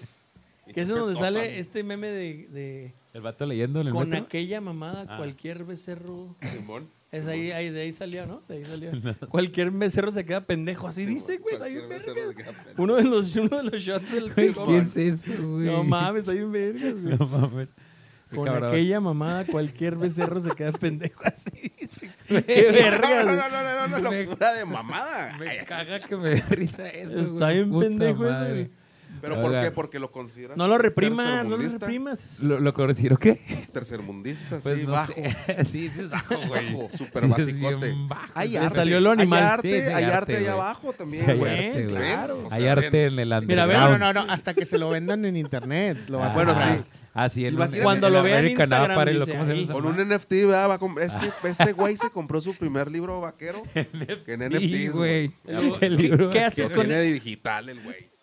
Speaker 4: [LAUGHS]
Speaker 6: Y
Speaker 4: Que es donde
Speaker 6: testotas.
Speaker 4: sale este meme de, de-
Speaker 3: El vato leyendo en el
Speaker 4: con
Speaker 3: metro.
Speaker 4: aquella mamada
Speaker 3: Ah.
Speaker 4: cualquier becerro.
Speaker 6: Simón,
Speaker 4: este- Es
Speaker 6: Simón.
Speaker 4: ahí, ahí, de ahí salió, ¿no? De
Speaker 3: [LAUGHS]
Speaker 4: ahí salió. Cualquier becerro se queda pendejo. Así
Speaker 6: Simón,
Speaker 4: dice, güey. está
Speaker 6: cualquier
Speaker 4: bien
Speaker 6: becerro
Speaker 4: verga.
Speaker 6: de que apenas-
Speaker 4: Uno de los, uno de los shots del
Speaker 3: Güey,
Speaker 4: Facebook.
Speaker 3: ¿Qué es eso, güey?
Speaker 4: No mames, hay un verga, güey.
Speaker 3: [LAUGHS] No mames. Qué
Speaker 4: Con
Speaker 3: cabrón.
Speaker 4: aquella mamada cualquier becerro se queda pendejo. Así dice.
Speaker 3: [LAUGHS]
Speaker 4: Qué verga,
Speaker 6: [LAUGHS] No,
Speaker 4: güey.
Speaker 6: no, no, no, no, no,
Speaker 3: Me-
Speaker 6: locura de mamada.
Speaker 3: Me caga que me dé risa eso,
Speaker 4: Está
Speaker 3: güey,
Speaker 4: bien
Speaker 3: puta
Speaker 4: pendejo eso,
Speaker 3: madre.
Speaker 4: güey.
Speaker 6: ¿Pero por
Speaker 3: Oiga.
Speaker 6: qué? Porque lo consideras.
Speaker 4: No lo reprimas, no lo
Speaker 6: tercermundista.
Speaker 4: reprimas.
Speaker 3: ¿Lo, lo considero qué?
Speaker 6: Tercermundista,
Speaker 3: Pues
Speaker 6: sí,
Speaker 3: no
Speaker 6: bajo.
Speaker 3: sé. sí, sí es bajo, güey.
Speaker 6: Bajo,
Speaker 3: Sí,
Speaker 6: súper
Speaker 3: es
Speaker 6: basicote.
Speaker 3: bien bajo.
Speaker 6: Hay
Speaker 3: Sí,
Speaker 6: arte.
Speaker 4: salió lo animal.
Speaker 6: Hay arte,
Speaker 3: Sí, sí, hay
Speaker 6: hay
Speaker 3: arte,
Speaker 6: arte ahí
Speaker 3: güey.
Speaker 6: abajo también,
Speaker 3: hay
Speaker 6: güey.
Speaker 3: arte, güey.
Speaker 6: Claro.
Speaker 3: Hay
Speaker 6: O sea,
Speaker 3: arte en el
Speaker 4: Mira, a ver,
Speaker 5: No,
Speaker 3: underground.
Speaker 5: no, no, hasta que se lo vendan en internet. Lo van a
Speaker 6: bueno,
Speaker 5: comprar.
Speaker 6: sí.
Speaker 3: Así es.
Speaker 6: Imagínate-
Speaker 4: Cuando lo vean en Instagram,
Speaker 3: párenlo,
Speaker 4: dice
Speaker 3: ¿cómo se
Speaker 4: ahí.
Speaker 3: llama?
Speaker 6: Con un NFT, ¿verdad? Va a comprar- es
Speaker 3: Ah.
Speaker 6: que este
Speaker 3: [LAUGHS]
Speaker 6: güey se compró su primer libro vaquero. que en
Speaker 3: Sí, güey.
Speaker 6: NFTs, güey. Ya,
Speaker 3: El libro
Speaker 4: ¿Qué
Speaker 3: vaquero.
Speaker 4: haces
Speaker 6: Lo
Speaker 4: con
Speaker 6: tiene digital el güey.